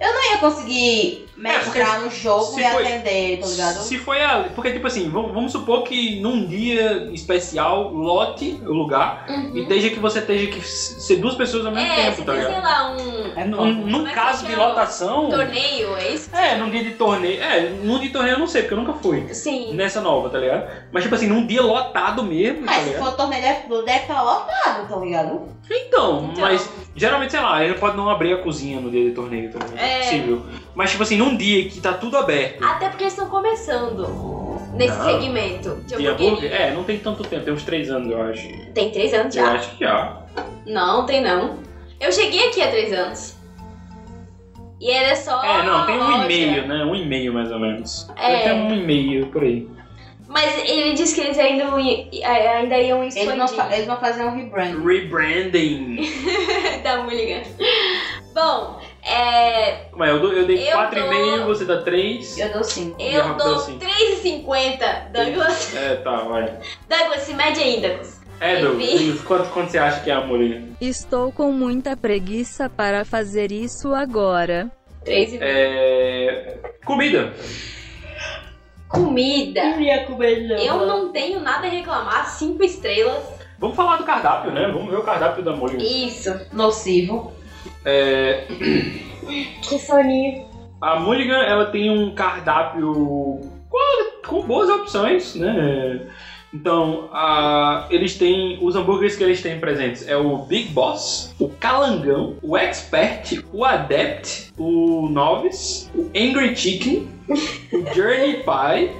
Speaker 4: Eu não ia conseguir mestrar um jogo
Speaker 1: É, se
Speaker 4: e
Speaker 1: foi-
Speaker 4: atender, tá ligado?
Speaker 1: Se foi a. Porque, tipo assim, vamos, vamos supor que num dia especial lote o lugar e desde que você esteja que s- ser duas pessoas ao mesmo
Speaker 2: Uhum. É,
Speaker 1: Então, tempo,
Speaker 2: você
Speaker 1: tá
Speaker 2: tem,
Speaker 1: ligado?
Speaker 2: sei lá, um
Speaker 4: É
Speaker 1: Num,
Speaker 4: bom.
Speaker 1: num
Speaker 2: Mas
Speaker 1: caso
Speaker 2: que
Speaker 1: de
Speaker 2: é um
Speaker 1: lotação.
Speaker 2: torneio, é isso?
Speaker 1: É, num dia de torneio. É, num dia de torneio eu não sei, porque eu nunca fui.
Speaker 2: Sim. É,
Speaker 1: Nessa nova, tá ligado? Mas, tipo assim, num dia lotado mesmo, tá
Speaker 4: Mas se
Speaker 1: ligado?
Speaker 4: for torneio deve, deve estar lotado, tá ligado?
Speaker 1: Então,
Speaker 2: Então.
Speaker 1: mas geralmente, sei lá, ele pode não abrir a cozinha no dia de torneio também. É
Speaker 2: É. Ah,
Speaker 1: possível. Mas, tipo assim, num dia que tá tudo aberto.
Speaker 2: Até porque eles estão começando nesse
Speaker 1: Não.
Speaker 2: segmento de
Speaker 1: Ah. E
Speaker 2: hambúrgueria.
Speaker 1: hambúrguer? É, não tem tanto tempo, tem uns três anos, eu acho.
Speaker 2: Tem três anos
Speaker 1: Eu
Speaker 2: já?
Speaker 1: acho que já.
Speaker 2: Não, tem não. Eu cheguei aqui há três anos. E era só.
Speaker 1: é, não, tem um
Speaker 2: loja.
Speaker 1: e-mail, né? Um e-mail mais ou menos.
Speaker 2: É.
Speaker 1: Tem um e-mail por aí.
Speaker 2: Mas ele disse que eles ainda, i- ainda iam
Speaker 4: Eles vão, fa-
Speaker 2: expandir
Speaker 4: eles vão fazer um rebrand.
Speaker 1: Rebranding.
Speaker 2: da Mulligan. Tá Bom, é,
Speaker 1: Mas eu, dou- eu dei
Speaker 2: Eu
Speaker 1: 4,5,
Speaker 2: dou-
Speaker 1: você dá 3.
Speaker 4: Eu dou 5.
Speaker 1: Já
Speaker 2: eu
Speaker 1: rapidão
Speaker 2: dou
Speaker 1: assim.
Speaker 2: 3,50. Douglas,
Speaker 1: É, tá, vai.
Speaker 2: Douglas, se mede ainda. Douglas.
Speaker 1: É, Doug,
Speaker 2: Enfim.
Speaker 1: diz quanto, quanto você acha que é a mulher?
Speaker 5: Estou com muita preguiça para fazer isso agora.
Speaker 2: 3,50.
Speaker 1: É. Comida.
Speaker 2: Comida.
Speaker 4: ia comer não.
Speaker 2: Eu não tenho nada a reclamar. Cinco estrelas.
Speaker 1: Vamos falar do cardápio, né? Vamos ver o cardápio da mulher.
Speaker 2: Isso.
Speaker 4: Nocivo.
Speaker 1: É,
Speaker 2: Que soninho.
Speaker 1: a Mulligan, ela tem um cardápio qual- com boas opções, né? Então, a- eles têm os hambúrgueres que eles têm presentes é o Big Boss, o Calangão, o Expert, o Adept, o Novice, o Angry Chicken, o Journey Pie,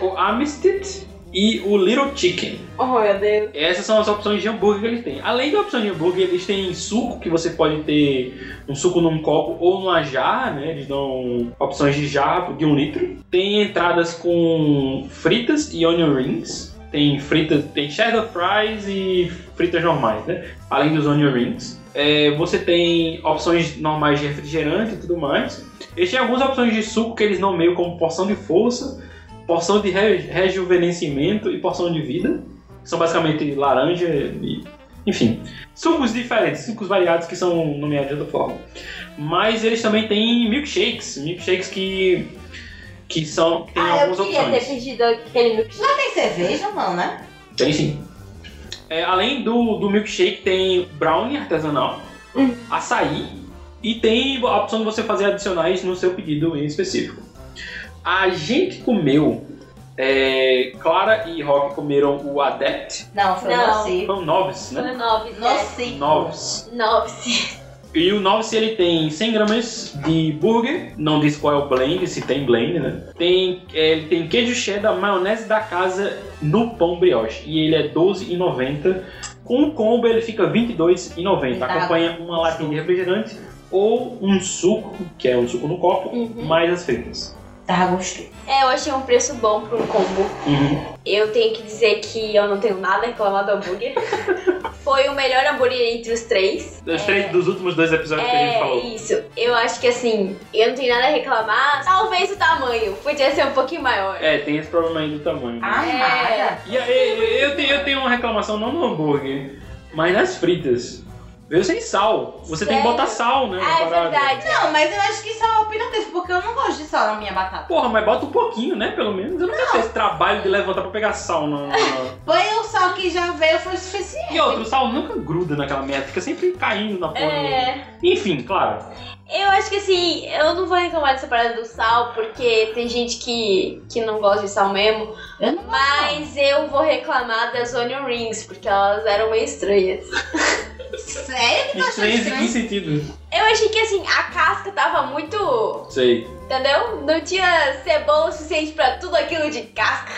Speaker 1: o Amistad e o Little Chicken.
Speaker 2: Oh, meu Deus.
Speaker 1: Essas são as opções de hambúrguer que eles têm. Além da opção de hambúrguer, eles têm suco, que você pode ter um suco num copo ou numa jarra, né? Eles dão opções de jarra de um litro. Tem entradas com fritas e onion rings. Tem fritas, tem cheddar fries e fritas normais, né? Além dos onion rings. É, você tem opções normais de refrigerante e tudo mais. Eles têm algumas opções de suco que eles nomeiam como porção de força, porção de re- rejuvenescimento e porção de vida que são basicamente laranja e. Enfim, sucos diferentes, sucos variados que são nomeados de outra forma. Mas eles também têm milkshakes, milkshakes que. que são. que tem
Speaker 2: Ah, eu
Speaker 1: algumas
Speaker 2: queria
Speaker 1: opções.
Speaker 2: ter pedido aquele milkshake.
Speaker 4: Não tem cerveja, não, né?
Speaker 1: Tem sim. É, além do, do milkshake, tem brownie artesanal, açaí e tem a opção de você fazer adicionais no seu pedido em específico. A gente comeu. é, Clara e Rock comeram o Adept.
Speaker 4: Não, foi
Speaker 2: Não.
Speaker 4: nocivo.
Speaker 1: Foram noves, né?
Speaker 2: Foi nove. né?
Speaker 4: Nocivo.
Speaker 1: Noves.
Speaker 2: Nove.
Speaker 1: E o 9 ele tem 100 gramas de burger, não diz qual é o blend, se tem blend, né? Tem, é, ele tem queijo cheddar, maionese da casa no pão brioche. E ele é R$12,90 Com o combo ele fica R$22,90.
Speaker 4: Tá.
Speaker 1: Acompanha uma latinha de refrigerante ou um suco, que é um suco no copo, mais as fritas.
Speaker 4: Tá gostoso.
Speaker 2: É, eu achei um preço bom pra um combo.
Speaker 1: Uhum.
Speaker 2: Eu tenho que dizer que eu não tenho nada a reclamar do hambúrguer. Foi o melhor hambúrguer entre os três.
Speaker 1: Os três dos últimos dois episódios que a gente
Speaker 2: É
Speaker 1: falou.
Speaker 2: isso. Eu acho que assim, eu não tenho nada a reclamar. Talvez o tamanho podia ser um pouquinho maior.
Speaker 1: É, tem esse problema aí do tamanho.
Speaker 4: Ah, Amada.
Speaker 1: E aí, eu tenho, eu tenho uma reclamação não no hambúrguer, mas nas fritas. Veio sem sal. Você tem que
Speaker 2: Sério?
Speaker 1: botar sal, né? na
Speaker 2: Ah, é
Speaker 1: parada.
Speaker 2: verdade.
Speaker 4: Não, mas eu acho que isso é uma opinião desse, porque eu não gosto de sal na minha batata.
Speaker 1: Porra, mas bota um pouquinho, né? Pelo menos. Eu não, quero ter esse trabalho de levantar pra pegar sal. Não,
Speaker 4: Põe o sal que já veio, foi o suficiente.
Speaker 1: E outro, o sal nunca gruda naquela merda. Fica sempre caindo na porra.
Speaker 2: É.
Speaker 1: do- Enfim, claro.
Speaker 2: Eu acho que assim, eu não vou reclamar dessa parada do sal, porque tem gente que, que não gosta de sal mesmo.
Speaker 4: Eu não
Speaker 2: Mas eu vou reclamar das onion rings, porque elas eram meio estranhas.
Speaker 4: Sério que tu achou
Speaker 1: Estranho em que
Speaker 4: estranho?
Speaker 1: sentido?
Speaker 2: Eu achei que assim, a casca tava muito
Speaker 1: Sei.
Speaker 2: Entendeu? Não tinha cebola o suficiente pra tudo aquilo de casca.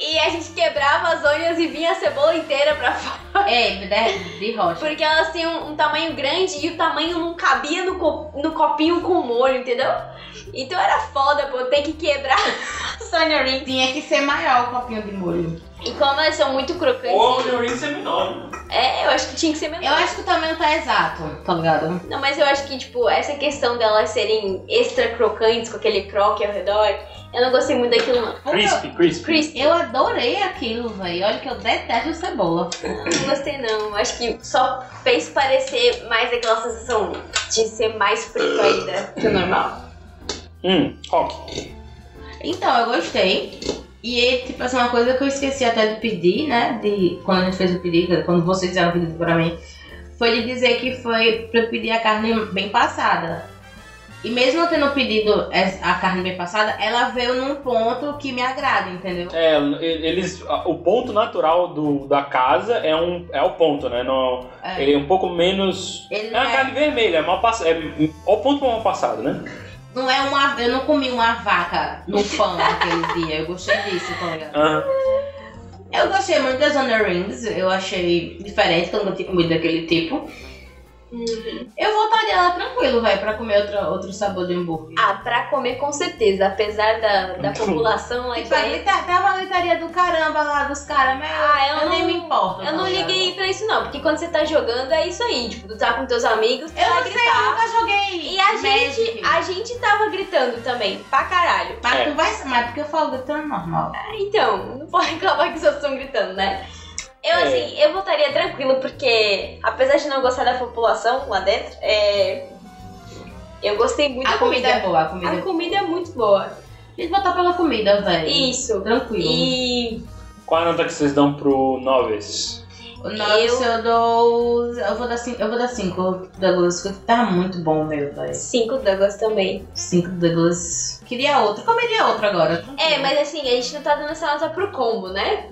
Speaker 2: E a gente quebrava as onions e vinha a cebola inteira pra fora.
Speaker 4: É, de, de rocha.
Speaker 2: Porque elas tinham um tamanho grande e o tamanho não cabia no, co- no copinho com molho, entendeu? Então era foda, pô, ter que quebrar as onion rings.
Speaker 4: Tinha que ser maior o copinho de molho.
Speaker 2: E como elas são muito crocantes,
Speaker 1: Rings é menor.
Speaker 2: é, eu acho que tinha que ser menor.
Speaker 4: Eu acho que o tamanho tá exato, tá ligado?
Speaker 2: Não, mas eu acho que, tipo, essa questão delas serem extra crocantes com aquele croque ao redor, eu não gostei muito daquilo, não.
Speaker 4: Porque eu-
Speaker 1: Crispy, crispy.
Speaker 2: Crispy.
Speaker 4: Eu adorei aquilo, velho. Olha que eu detesto cebola.
Speaker 2: Não gostei não, acho que só fez parecer mais aquela sensação de ser mais frito ainda que o normal.
Speaker 1: Hum, rock.
Speaker 4: Então, eu gostei. E ele, tipo assim, uma coisa que eu esqueci até de pedir, né? De quando a gente fez o pedido, quando vocês fizeram o pedido pra mim, foi de dizer que foi pra eu pedir a carne bem passada. E mesmo eu tendo pedido es- a carne bem passada, ela veio num ponto que me agrada, entendeu?
Speaker 1: É, eles. O ponto natural do, da casa é, um, é o ponto, né? Não,
Speaker 4: É.
Speaker 1: Ele é um pouco menos.
Speaker 4: Ele
Speaker 1: É uma
Speaker 4: é-
Speaker 1: carne vermelha, é mal passada. É, ao ponto mal passado, né?
Speaker 4: Não é uma. Eu não comi uma vaca no pão naquele dia. Eu gostei disso, tá ligado?
Speaker 1: Aham.
Speaker 4: Eu gostei muito das Honor Rings, eu achei diferente, que eu nunca tinha comido daquele tipo.
Speaker 2: Uhum.
Speaker 4: Eu voltaria lá tranquilo, vai, pra comer outra, outro sabor de hambúrguer.
Speaker 2: Ah, pra comer com certeza, apesar da, da população lá de
Speaker 4: Tipo, a
Speaker 2: dentro.
Speaker 4: grita, tava a gritaria do caramba lá dos caras, mas
Speaker 2: Ah, eu
Speaker 4: eu, nem
Speaker 2: não-
Speaker 4: me importo.
Speaker 2: Eu
Speaker 4: tá
Speaker 2: não
Speaker 4: ligado?
Speaker 2: liguei pra isso não, porque quando você tá jogando é isso aí, tipo, tu tá com teus amigos, tu
Speaker 4: Eu
Speaker 2: vai
Speaker 4: não sei, eu
Speaker 2: gritar.
Speaker 4: nunca joguei.
Speaker 2: E a
Speaker 4: Magic.
Speaker 2: gente, a gente tava gritando também, pra caralho.
Speaker 4: Mas
Speaker 1: É.
Speaker 4: conversa, mas porque eu falo gritando normal.
Speaker 2: Ah, Então, não pode reclamar que os outros estão gritando, né? Eu,
Speaker 1: É.
Speaker 2: assim, eu voltaria tranquilo, porque apesar de não gostar da população lá dentro, é... eu gostei muito
Speaker 4: A
Speaker 2: da
Speaker 4: comida é
Speaker 2: comida.
Speaker 4: boa, a comida é
Speaker 2: A
Speaker 4: boa.
Speaker 2: comida é muito boa.
Speaker 4: Tem que voltar pela comida, velho.
Speaker 2: Isso.
Speaker 4: Tranquilo.
Speaker 2: E
Speaker 1: Qual é a nota que vocês dão pro Noves?
Speaker 4: O nosso
Speaker 2: eu-
Speaker 4: eu... dou. Eu vou dar cinco. Eu vou dar cinco Douglas, porque tá muito bom, meu, velho.
Speaker 2: cinco Douglas também.
Speaker 4: Cinco Douglas. Queria outro. Comeria outro agora.
Speaker 2: É,
Speaker 4: tranquilo.
Speaker 2: mas assim, a gente não tá dando essa nota pro combo, né?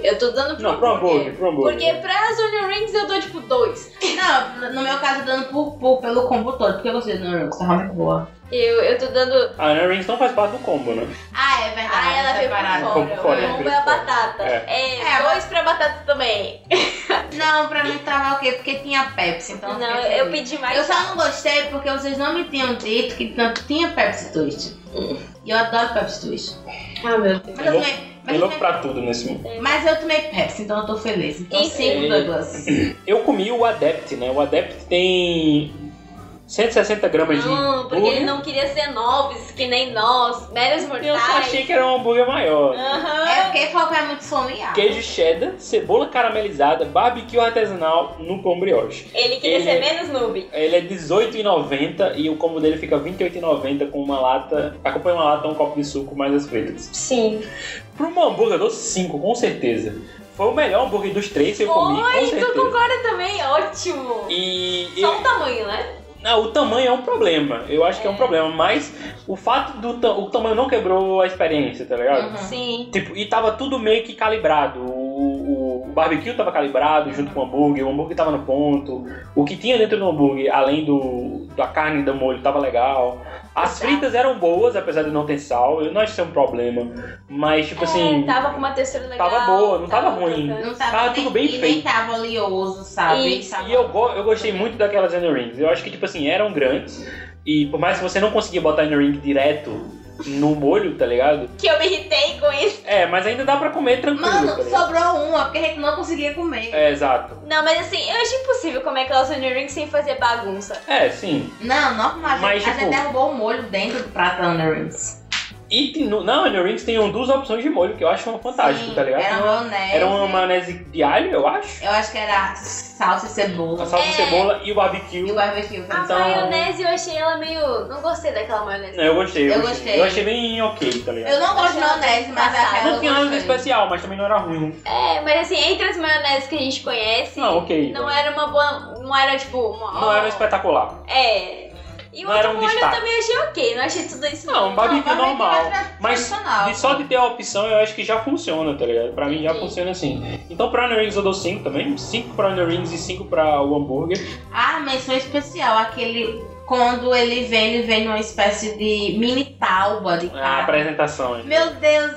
Speaker 2: Eu tô dando pro
Speaker 1: Não, pro
Speaker 2: hambúrguer.
Speaker 1: hambúrguer, pro hambúrguer.
Speaker 2: Porque pra as Onion Rings eu dou tipo dois.
Speaker 4: Não, no meu caso, dando por, por- pelo combo todo, porque você não tava muito é boa.
Speaker 2: Eu, eu tô dando.
Speaker 1: A Ana Ah, né, Rings não faz parte do combo, né?
Speaker 4: Ah, é
Speaker 2: Ah, ela veio pra
Speaker 1: separado.
Speaker 2: fora.
Speaker 1: Combo fora,
Speaker 2: o combo
Speaker 1: veio
Speaker 2: é a
Speaker 1: fora.
Speaker 2: batata. É,
Speaker 4: É,
Speaker 2: dois pra batata também.
Speaker 4: Não, pra mim tava ok, porque tinha Pepsi,
Speaker 2: Não,
Speaker 4: então. fiquei feliz.
Speaker 2: eu pedi mais.
Speaker 4: Eu só não gostei porque vocês não me tinham dito que não tinha Pepsi Twist. E eu adoro Pepsi Twist.
Speaker 2: Ah, meu Deus.
Speaker 4: Mas eu
Speaker 1: Eu
Speaker 4: tomei.
Speaker 1: Tem
Speaker 4: Mas, eu
Speaker 2: é-
Speaker 1: louco
Speaker 4: tomei-
Speaker 1: pra tudo nesse mundo.
Speaker 4: mas eu tomei Pepsi, então eu tô feliz. Então,
Speaker 2: Enfim.
Speaker 4: cinco Douglas.
Speaker 1: Eu comi o Adept, né? O Adept tem 160 gramas de.
Speaker 2: Não, porque
Speaker 1: hambúrguer.
Speaker 2: ele não queria ser nobres, que nem nós, meros
Speaker 1: Eu só
Speaker 2: mortais.
Speaker 1: achei que era um hambúrguer maior.
Speaker 2: Aham.
Speaker 4: É porque falou que é muito fomeado.
Speaker 1: Queijo cheddar, cebola caramelizada, barbecue artesanal no com brioche.
Speaker 2: Ele queria
Speaker 1: Ele-
Speaker 2: ser menos noob.
Speaker 1: Ele é R$18,90 e o combo dele fica R$28,90 com uma lata. Acompanha uma lata, um copo de suco, mais as fritas.
Speaker 2: Sim.
Speaker 1: Pro um hambúrguer, eu dou 5, com certeza. Foi o melhor hambúrguer dos três que eu comi, Tipo, com
Speaker 2: Foi, tu
Speaker 1: certeza.
Speaker 2: concorda também? Ótimo.
Speaker 1: E eu-
Speaker 2: Só o tamanho, né?
Speaker 1: Não, o tamanho é um problema. Eu acho que é um problema, mas o fato do ta- o tamanho não quebrou a experiência, tá ligado?
Speaker 4: Uhum.
Speaker 2: Sim.
Speaker 1: Tipo, e tava tudo meio que calibrado. O, o- o barbecue tava calibrado junto com o hambúrguer, o hambúrguer tava no ponto. O que tinha dentro do hambúrguer, além do da carne e do molho, tava legal.
Speaker 2: Tá.
Speaker 1: As fritas eram boas, apesar de não ter sal. Eu não achei um problema. Mas, tipo assim.
Speaker 2: É, tava com uma textura legal.
Speaker 1: tava boa, não tava ruim.
Speaker 4: Não
Speaker 1: Tava
Speaker 4: tava nem,
Speaker 1: tudo bem
Speaker 4: e nem
Speaker 1: feito.
Speaker 4: tava oleoso, sabe?
Speaker 2: Isso.
Speaker 4: Tava-
Speaker 1: E eu, go- eu gostei muito daquelas inner rings. Eu acho que, tipo assim, eram grandes. E por mais que você não conseguia botar inner ring direto no molho, tá ligado?
Speaker 2: Que eu me irritei com isso.
Speaker 1: É, mas ainda dá pra comer tranquilo, tá
Speaker 4: Mano,
Speaker 1: ligado?
Speaker 4: sobrou uma, porque a gente não conseguia comer.
Speaker 1: É, exato.
Speaker 2: Não, mas assim, eu acho impossível comer aquelas onion rings sem fazer bagunça.
Speaker 1: É, sim.
Speaker 4: Não, normal, a gente,
Speaker 1: Mas,
Speaker 4: a
Speaker 1: tipo-
Speaker 4: gente derrubou o molho dentro do prato da Honor Rings.
Speaker 1: E tem no- na Onion Rings tem um, duas opções de molho, que eu acho fantástico,
Speaker 4: Sim,
Speaker 1: tá ligado?
Speaker 4: Era maionese.
Speaker 1: Era uma maionese de alho, eu acho.
Speaker 4: Eu acho que era salsa e
Speaker 1: A
Speaker 4: cebola.
Speaker 1: salsa de
Speaker 2: É.
Speaker 1: cebola e o barbecue.
Speaker 4: E o barbecue.
Speaker 2: A
Speaker 1: Então-
Speaker 2: maionese eu achei ela meio. Não gostei daquela maionese.
Speaker 1: Não, Eu gostei.
Speaker 4: Eu gostei.
Speaker 1: Eu achei bem ok, tá ligado?
Speaker 4: Eu não gosto de maionese, mas
Speaker 2: Passada.
Speaker 4: aquela
Speaker 1: Não
Speaker 4: eu
Speaker 1: tinha nada de
Speaker 4: gostei.
Speaker 1: especial, mas também não era ruim.
Speaker 2: É, mas assim, entre as maioneses que a gente conhece,
Speaker 1: Não, ok. então.
Speaker 2: não era uma boa. Não era tipo uma.
Speaker 1: Não era espetacular.
Speaker 2: É. E o
Speaker 1: Não era
Speaker 2: outro
Speaker 1: um
Speaker 2: molho eu
Speaker 1: destaque.
Speaker 2: também achei ok, não achei tudo isso.
Speaker 1: Não, barbecue,
Speaker 4: Não, barbecue
Speaker 1: normal.
Speaker 4: era
Speaker 1: Mas
Speaker 4: tradicional.
Speaker 1: E só de ter a opção, eu acho que já funciona, tá ligado? Pra mim já
Speaker 2: Entendi.
Speaker 1: funciona assim. Então pra Onion Rings eu dou 5 também. 5 pra Onion Rings e 5 pra o hambúrguer.
Speaker 4: Ah, menção especial, aquele. Quando ele vem, ele vem numa espécie de mini tauba de
Speaker 1: A
Speaker 4: carne.
Speaker 1: apresentação. hein?
Speaker 4: Ah. Meu Deus,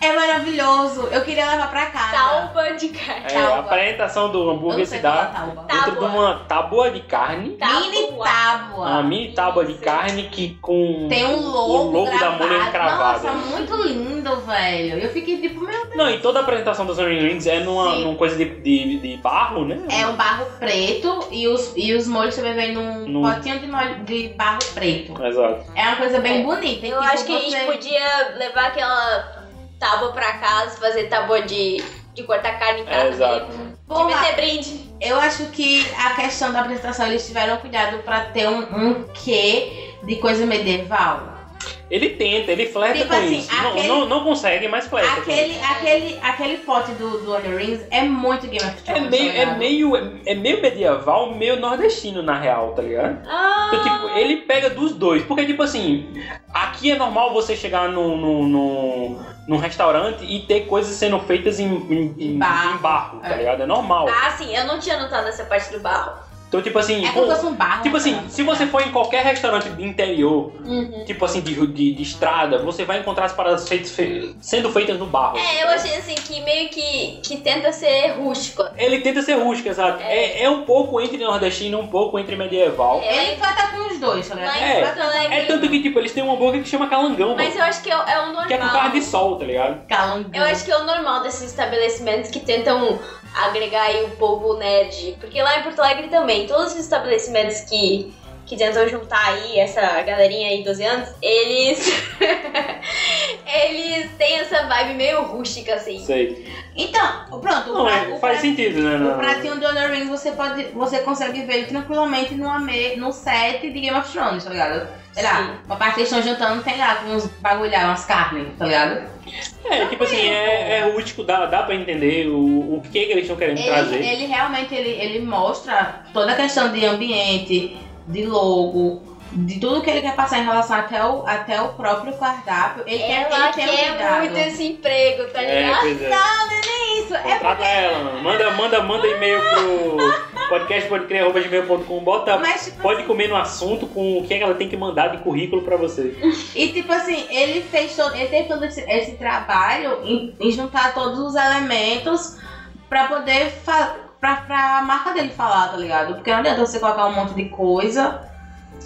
Speaker 4: é maravilhoso. Eu queria levar pra casa.
Speaker 2: Talpa de carne.
Speaker 1: É,
Speaker 4: tábua.
Speaker 1: a apresentação do
Speaker 4: Eu não
Speaker 1: hambúrguer se
Speaker 4: sei
Speaker 1: dá
Speaker 4: falar tauba.
Speaker 1: dentro de
Speaker 2: Tábua.
Speaker 1: uma tábua de carne.
Speaker 2: Tábua.
Speaker 4: Mini tábua.
Speaker 1: Uma mini tábua de
Speaker 2: Isso.
Speaker 1: carne que com
Speaker 4: Tem um logo,
Speaker 1: Ah, o logo da
Speaker 4: gravado.
Speaker 1: mulher cravado.
Speaker 4: Nossa, muito lindo, velho. Eu fiquei tipo, meu
Speaker 1: Não, e toda a apresentação dos Onion Rings é numa,
Speaker 4: Sim.
Speaker 1: numa coisa de, de, de barro, né?
Speaker 4: É um barro preto e os, e os molhos também vêm num
Speaker 1: Num-
Speaker 4: potinho de, molho, de barro preto.
Speaker 1: Exato.
Speaker 4: É uma coisa bem bonita. tipo,
Speaker 2: Eu acho que a gente podia levar aquela tábua pra casa, fazer tábua de, de cortar carne em casa.
Speaker 1: É, exato.
Speaker 2: De
Speaker 4: Porra,
Speaker 2: meter brinde.
Speaker 4: eu acho que a questão da apresentação eles tiveram cuidado pra ter um, um quê de coisa medieval.
Speaker 1: Ele tenta, ele flerta
Speaker 4: Tipo
Speaker 1: com
Speaker 4: assim,
Speaker 1: isso. Não-
Speaker 4: aquele-
Speaker 1: Não, não, consegue, mas flerta. com
Speaker 4: Aquele,
Speaker 1: isso.
Speaker 4: aquele, aquele pote do, do Onion Rings é muito Game of
Speaker 1: É
Speaker 4: Thrones.
Speaker 1: meio,
Speaker 4: tá ligado?
Speaker 1: é, meio, é meio medieval, meio nordestino, na real, tá ligado?
Speaker 2: Ah,
Speaker 1: Então, tipo, ele pega dos dois. Porque, tipo assim, aqui é normal você chegar num no, no, num restaurante e ter coisas sendo feitas em, em, em- em barro.
Speaker 4: Barro.
Speaker 1: tá
Speaker 4: É.
Speaker 1: ligado? É normal.
Speaker 2: ah, sim, eu não tinha notado essa parte do barro.
Speaker 1: Então, tipo assim,
Speaker 4: É
Speaker 1: com-
Speaker 4: como se fosse um barro.
Speaker 1: tipo assim,
Speaker 4: cara.
Speaker 1: se você for em qualquer restaurante de interior, tipo assim, de, de, de estrada, você vai encontrar as paradas feitas, fe- sendo feitas no barro.
Speaker 2: É, eu achei assim que meio que, que tenta ser rústico.
Speaker 1: Ele tenta ser rústico, exato. É. é um pouco entre nordestino, um pouco entre medieval.
Speaker 4: Ele enfata com os dois, tá ligado?
Speaker 2: Mas
Speaker 1: É.
Speaker 2: Porto Alegre-
Speaker 1: É, tanto que, tipo, eles têm um hambúrguer que chama calangão,
Speaker 2: Mas
Speaker 1: mano,
Speaker 2: eu acho que é, o- é o normal.
Speaker 1: que é com carne de sol, tá ligado?
Speaker 4: Calangão.
Speaker 2: Eu acho que é o normal desses estabelecimentos que tentam agregar aí o povo nerd. Porque lá em Porto Alegre também, todos os estabelecimentos que, que tentam juntar aí essa galerinha aí, 12 anos, eles. eles têm essa vibe meio rústica, assim.
Speaker 1: Sei.
Speaker 4: Então, pronto. o
Speaker 1: Não,
Speaker 4: pra-
Speaker 1: é, faz
Speaker 4: o pra-
Speaker 1: sentido, né?
Speaker 4: O
Speaker 1: não-
Speaker 4: pratinho do Honor Ring você, pode, você consegue ver ele tranquilamente numa me, num set de Game of Thrones, tá ligado? Sei
Speaker 2: Sim.
Speaker 4: lá, uma parte que eles estão juntando, tem lá, com uns bagulhar, umas carnes, tá ligado?
Speaker 1: É, tipo assim, é, é rústico, dá, dá pra entender o, o que, que eles estão querendo
Speaker 4: Ele,
Speaker 1: trazer.
Speaker 4: ele realmente ele, ele mostra toda a questão de ambiente, de logo, de tudo que ele quer passar em relação até o, até o próprio cardápio. Ele quer,
Speaker 2: Ela
Speaker 4: ele tem um
Speaker 2: quer
Speaker 4: cuidado.
Speaker 2: muito esse emprego, tá
Speaker 1: é,
Speaker 2: ligado?
Speaker 1: pois é. Não,
Speaker 4: Isso, é
Speaker 1: Contrata ela, mano. Manda, manda, manda e-mail pro podcastpodecrer.com, bota
Speaker 4: mas, tipo,
Speaker 1: pode comer no assunto com o que, é que ela tem que mandar de currículo pra você.
Speaker 4: E tipo assim, ele fez todo, ele teve todo esse, esse trabalho em, em juntar todos os elementos pra poder fa pra, pra marca dele falar, tá ligado? Porque não adianta você colocar um monte de coisa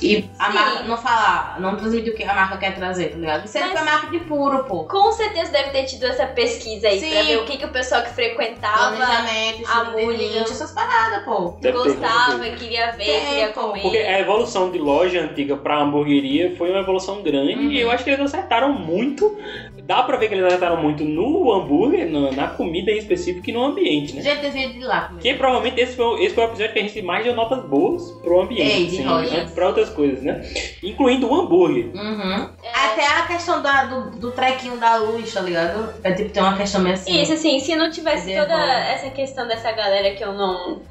Speaker 4: e a
Speaker 2: Sim.
Speaker 4: marca não falar, não transmitir o que a marca quer trazer, tá ligado? Isso é
Speaker 2: Mas-
Speaker 4: pra marketing puro, pô.
Speaker 2: Com certeza deve ter tido essa pesquisa aí,
Speaker 4: Sim.
Speaker 2: pra ver o que, que o pessoal que frequentava
Speaker 4: Planejamento,
Speaker 2: a
Speaker 4: estilo de
Speaker 2: mulher.
Speaker 4: nicho, essas paradas, pô.
Speaker 1: Deve ter,
Speaker 2: gostava,
Speaker 1: deve
Speaker 2: queria ver,
Speaker 4: Tem,
Speaker 2: queria
Speaker 4: pô.
Speaker 2: comer.
Speaker 1: Porque é- a evolução de loja antiga pra hamburgueria foi uma evolução grande
Speaker 4: Uhum.
Speaker 1: e eu acho que eles acertaram muito. Dá pra ver que eles acertaram muito no hambúrguer, na, na comida em específico e no ambiente, né?
Speaker 4: Gente, tem vídeo de lá comigo.
Speaker 1: Que provavelmente esse foi, o- esse foi o episódio que a gente mais deu notas boas pro ambiente,
Speaker 4: Ei, de
Speaker 1: assim,
Speaker 4: loja.
Speaker 1: né? pra outras coisas, né? Incluindo o hambúrguer.
Speaker 4: Uhum.
Speaker 2: É,
Speaker 4: Até a questão da- do, do trequinho da luz, tá ligado? É tipo, tem uma questão meio assim.
Speaker 2: Isso, assim, se não tivesse
Speaker 4: Devolve.
Speaker 2: toda essa questão dessa galera que eu não,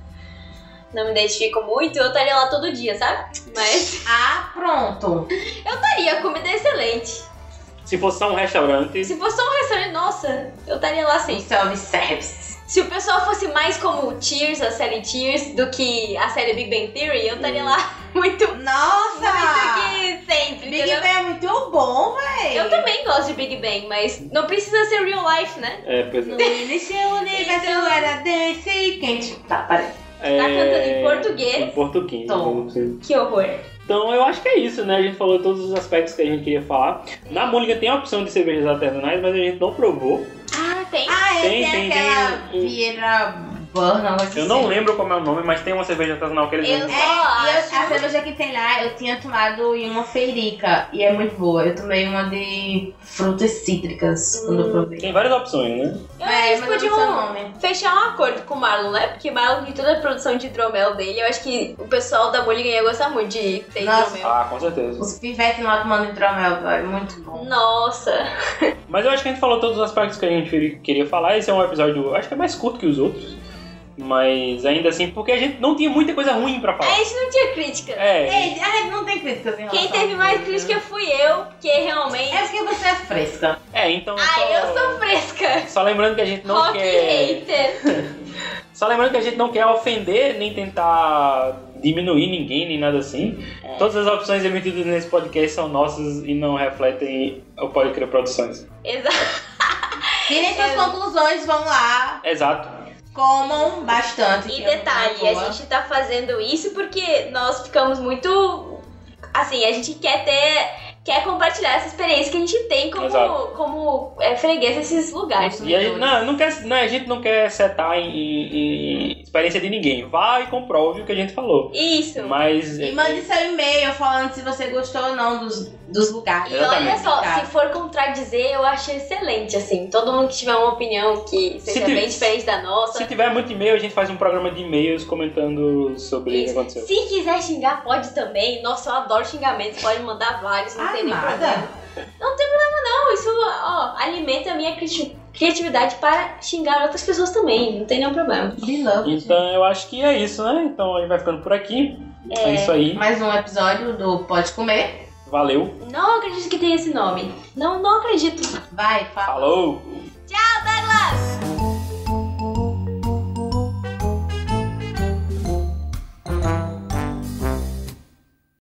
Speaker 2: não me identifico muito, eu estaria lá todo dia, sabe? Mas
Speaker 4: Ah, pronto.
Speaker 2: estaria, a comida é excelente.
Speaker 1: Se fosse só um restaurante,
Speaker 2: Se fosse só um restaurante, nossa, eu estaria lá
Speaker 4: Tem
Speaker 2: sim.
Speaker 4: self-service.
Speaker 2: Se o pessoal fosse mais como o Tears, a série Tears, do que a série Big Bang Theory, eu
Speaker 4: Hum.
Speaker 2: estaria lá muito, muito
Speaker 6: Nossa!
Speaker 2: aqui sempre.
Speaker 6: Big
Speaker 2: entendeu?
Speaker 6: Bang é muito bom, véi!
Speaker 2: Ah, Eu também gosto de Big Bang, mas não precisa ser real life, né?
Speaker 1: É, pois é.
Speaker 6: Nesse universo
Speaker 2: Então-
Speaker 6: era dance quente.
Speaker 4: Tá, parei.
Speaker 1: é...
Speaker 2: cantando em português?
Speaker 1: Em português.
Speaker 4: Tom.
Speaker 1: sim.
Speaker 2: Que horror.
Speaker 1: Então eu acho que é isso, né? A gente falou todos os aspectos que a gente queria falar. Na Mônica tem a opção de cervejas artesanais, mas a gente não provou.
Speaker 2: Ah, tem.
Speaker 6: Ah, é,
Speaker 1: Tem,
Speaker 6: tem,
Speaker 1: tem,
Speaker 6: aquela...
Speaker 1: tem.
Speaker 4: Vieira Burna, alguma coisa
Speaker 1: Eu não
Speaker 4: assim.
Speaker 1: lembro como é o nome, mas tem uma cerveja artesanal que eles
Speaker 2: Eu-
Speaker 1: vendem.
Speaker 2: Só
Speaker 4: É, e eu, a
Speaker 2: acho.
Speaker 4: cerveja que tem lá eu tinha tomado em uma feirica e é muito boa. Eu tomei uma de frutas cítricas quando
Speaker 6: Hum.
Speaker 4: eu provei. É,
Speaker 1: Tem várias opções, né?
Speaker 2: é,
Speaker 6: Ah,
Speaker 2: Eu acho que
Speaker 4: mas eu
Speaker 2: podiam
Speaker 4: não sei o nome.
Speaker 2: fechar um acordo com o Marlon, né? Porque o Marlon tem toda a produção de hidromel dele. Eu acho que o pessoal da Mulligan ia gostar muito de ter
Speaker 4: Nossa.
Speaker 2: hidromel.
Speaker 1: Ah, com certeza.
Speaker 4: Os pivetes lá tomando hidromel, velho, é muito bom.
Speaker 2: Nossa.
Speaker 1: Mas eu acho que a gente falou todos os aspectos que a gente queria falar. Esse é um episódio, eu acho que é mais curto que os outros. Mas ainda assim, porque a gente não tinha muita coisa ruim pra
Speaker 2: É, A
Speaker 1: falar.
Speaker 2: gente não tinha crítica.
Speaker 1: É,
Speaker 6: Ei, ai, não tem críticas em
Speaker 2: Quem
Speaker 6: relação
Speaker 2: teve
Speaker 6: a
Speaker 2: mais
Speaker 6: isso. né?
Speaker 2: crítica fui eu, porque realmente.
Speaker 4: É porque você é fresca.
Speaker 1: é, então. só-
Speaker 2: Ai, eu sou fresca.
Speaker 1: Só lembrando que a gente não
Speaker 2: Rock
Speaker 1: quer.
Speaker 2: hater.
Speaker 1: Só lembrando que a gente não quer ofender nem tentar diminuir ninguém, nem nada assim.
Speaker 2: É.
Speaker 1: Todas as opções emitidas nesse podcast são nossas e não refletem o Policria Produções.
Speaker 2: Exato.
Speaker 6: Tirem suas
Speaker 2: É.
Speaker 6: conclusões, vão lá,
Speaker 1: Exato.
Speaker 6: comam bastante.
Speaker 2: E
Speaker 6: que é
Speaker 2: detalhe,
Speaker 6: muito
Speaker 2: a
Speaker 6: boa.
Speaker 2: gente tá fazendo isso porque nós ficamos muito. Assim, a gente quer ter. Quer compartilhar essa experiência que a gente tem como,
Speaker 1: Exato.
Speaker 2: como é, freguês desses lugares.
Speaker 1: E a gente não, não quer, não, a gente não quer setar em, em- em experiência de ninguém. Vá e comprove o que a gente falou.
Speaker 2: Isso.
Speaker 1: Mas. eh,
Speaker 6: E mande seu e-mail falando se você gostou ou não dos, dos lugares.
Speaker 2: E olha
Speaker 1: Exatamente.
Speaker 2: só, se
Speaker 6: Cara,
Speaker 2: for contradizer, eu acho excelente, assim. Todo mundo que tiver uma opinião que
Speaker 1: Se
Speaker 2: seja
Speaker 1: tiver-
Speaker 2: bem diferente da nossa.
Speaker 1: Se tiver muito e-mail, a gente faz um programa de e-mails comentando sobre o que
Speaker 2: Isso.
Speaker 1: aconteceu.
Speaker 2: Se quiser xingar, pode também. Nossa, eu adoro xingamentos, pode mandar vários,
Speaker 6: Ah,
Speaker 2: não tem nem
Speaker 6: Amada.
Speaker 2: problema. Não tem problema não, isso ó, alimenta a minha cri- criatividade para xingar outras pessoas também, não tem nenhum problema.
Speaker 4: Beloved.
Speaker 1: Então eu acho que é isso, né? Então a gente vai ficando por aqui. É isso aí.
Speaker 4: Mais um episódio do Pode Comer.
Speaker 1: Valeu.
Speaker 2: Não acredito que tem esse nome. Não, não acredito.
Speaker 4: Vai, fala.
Speaker 1: Falou!
Speaker 2: Tchau, Douglas!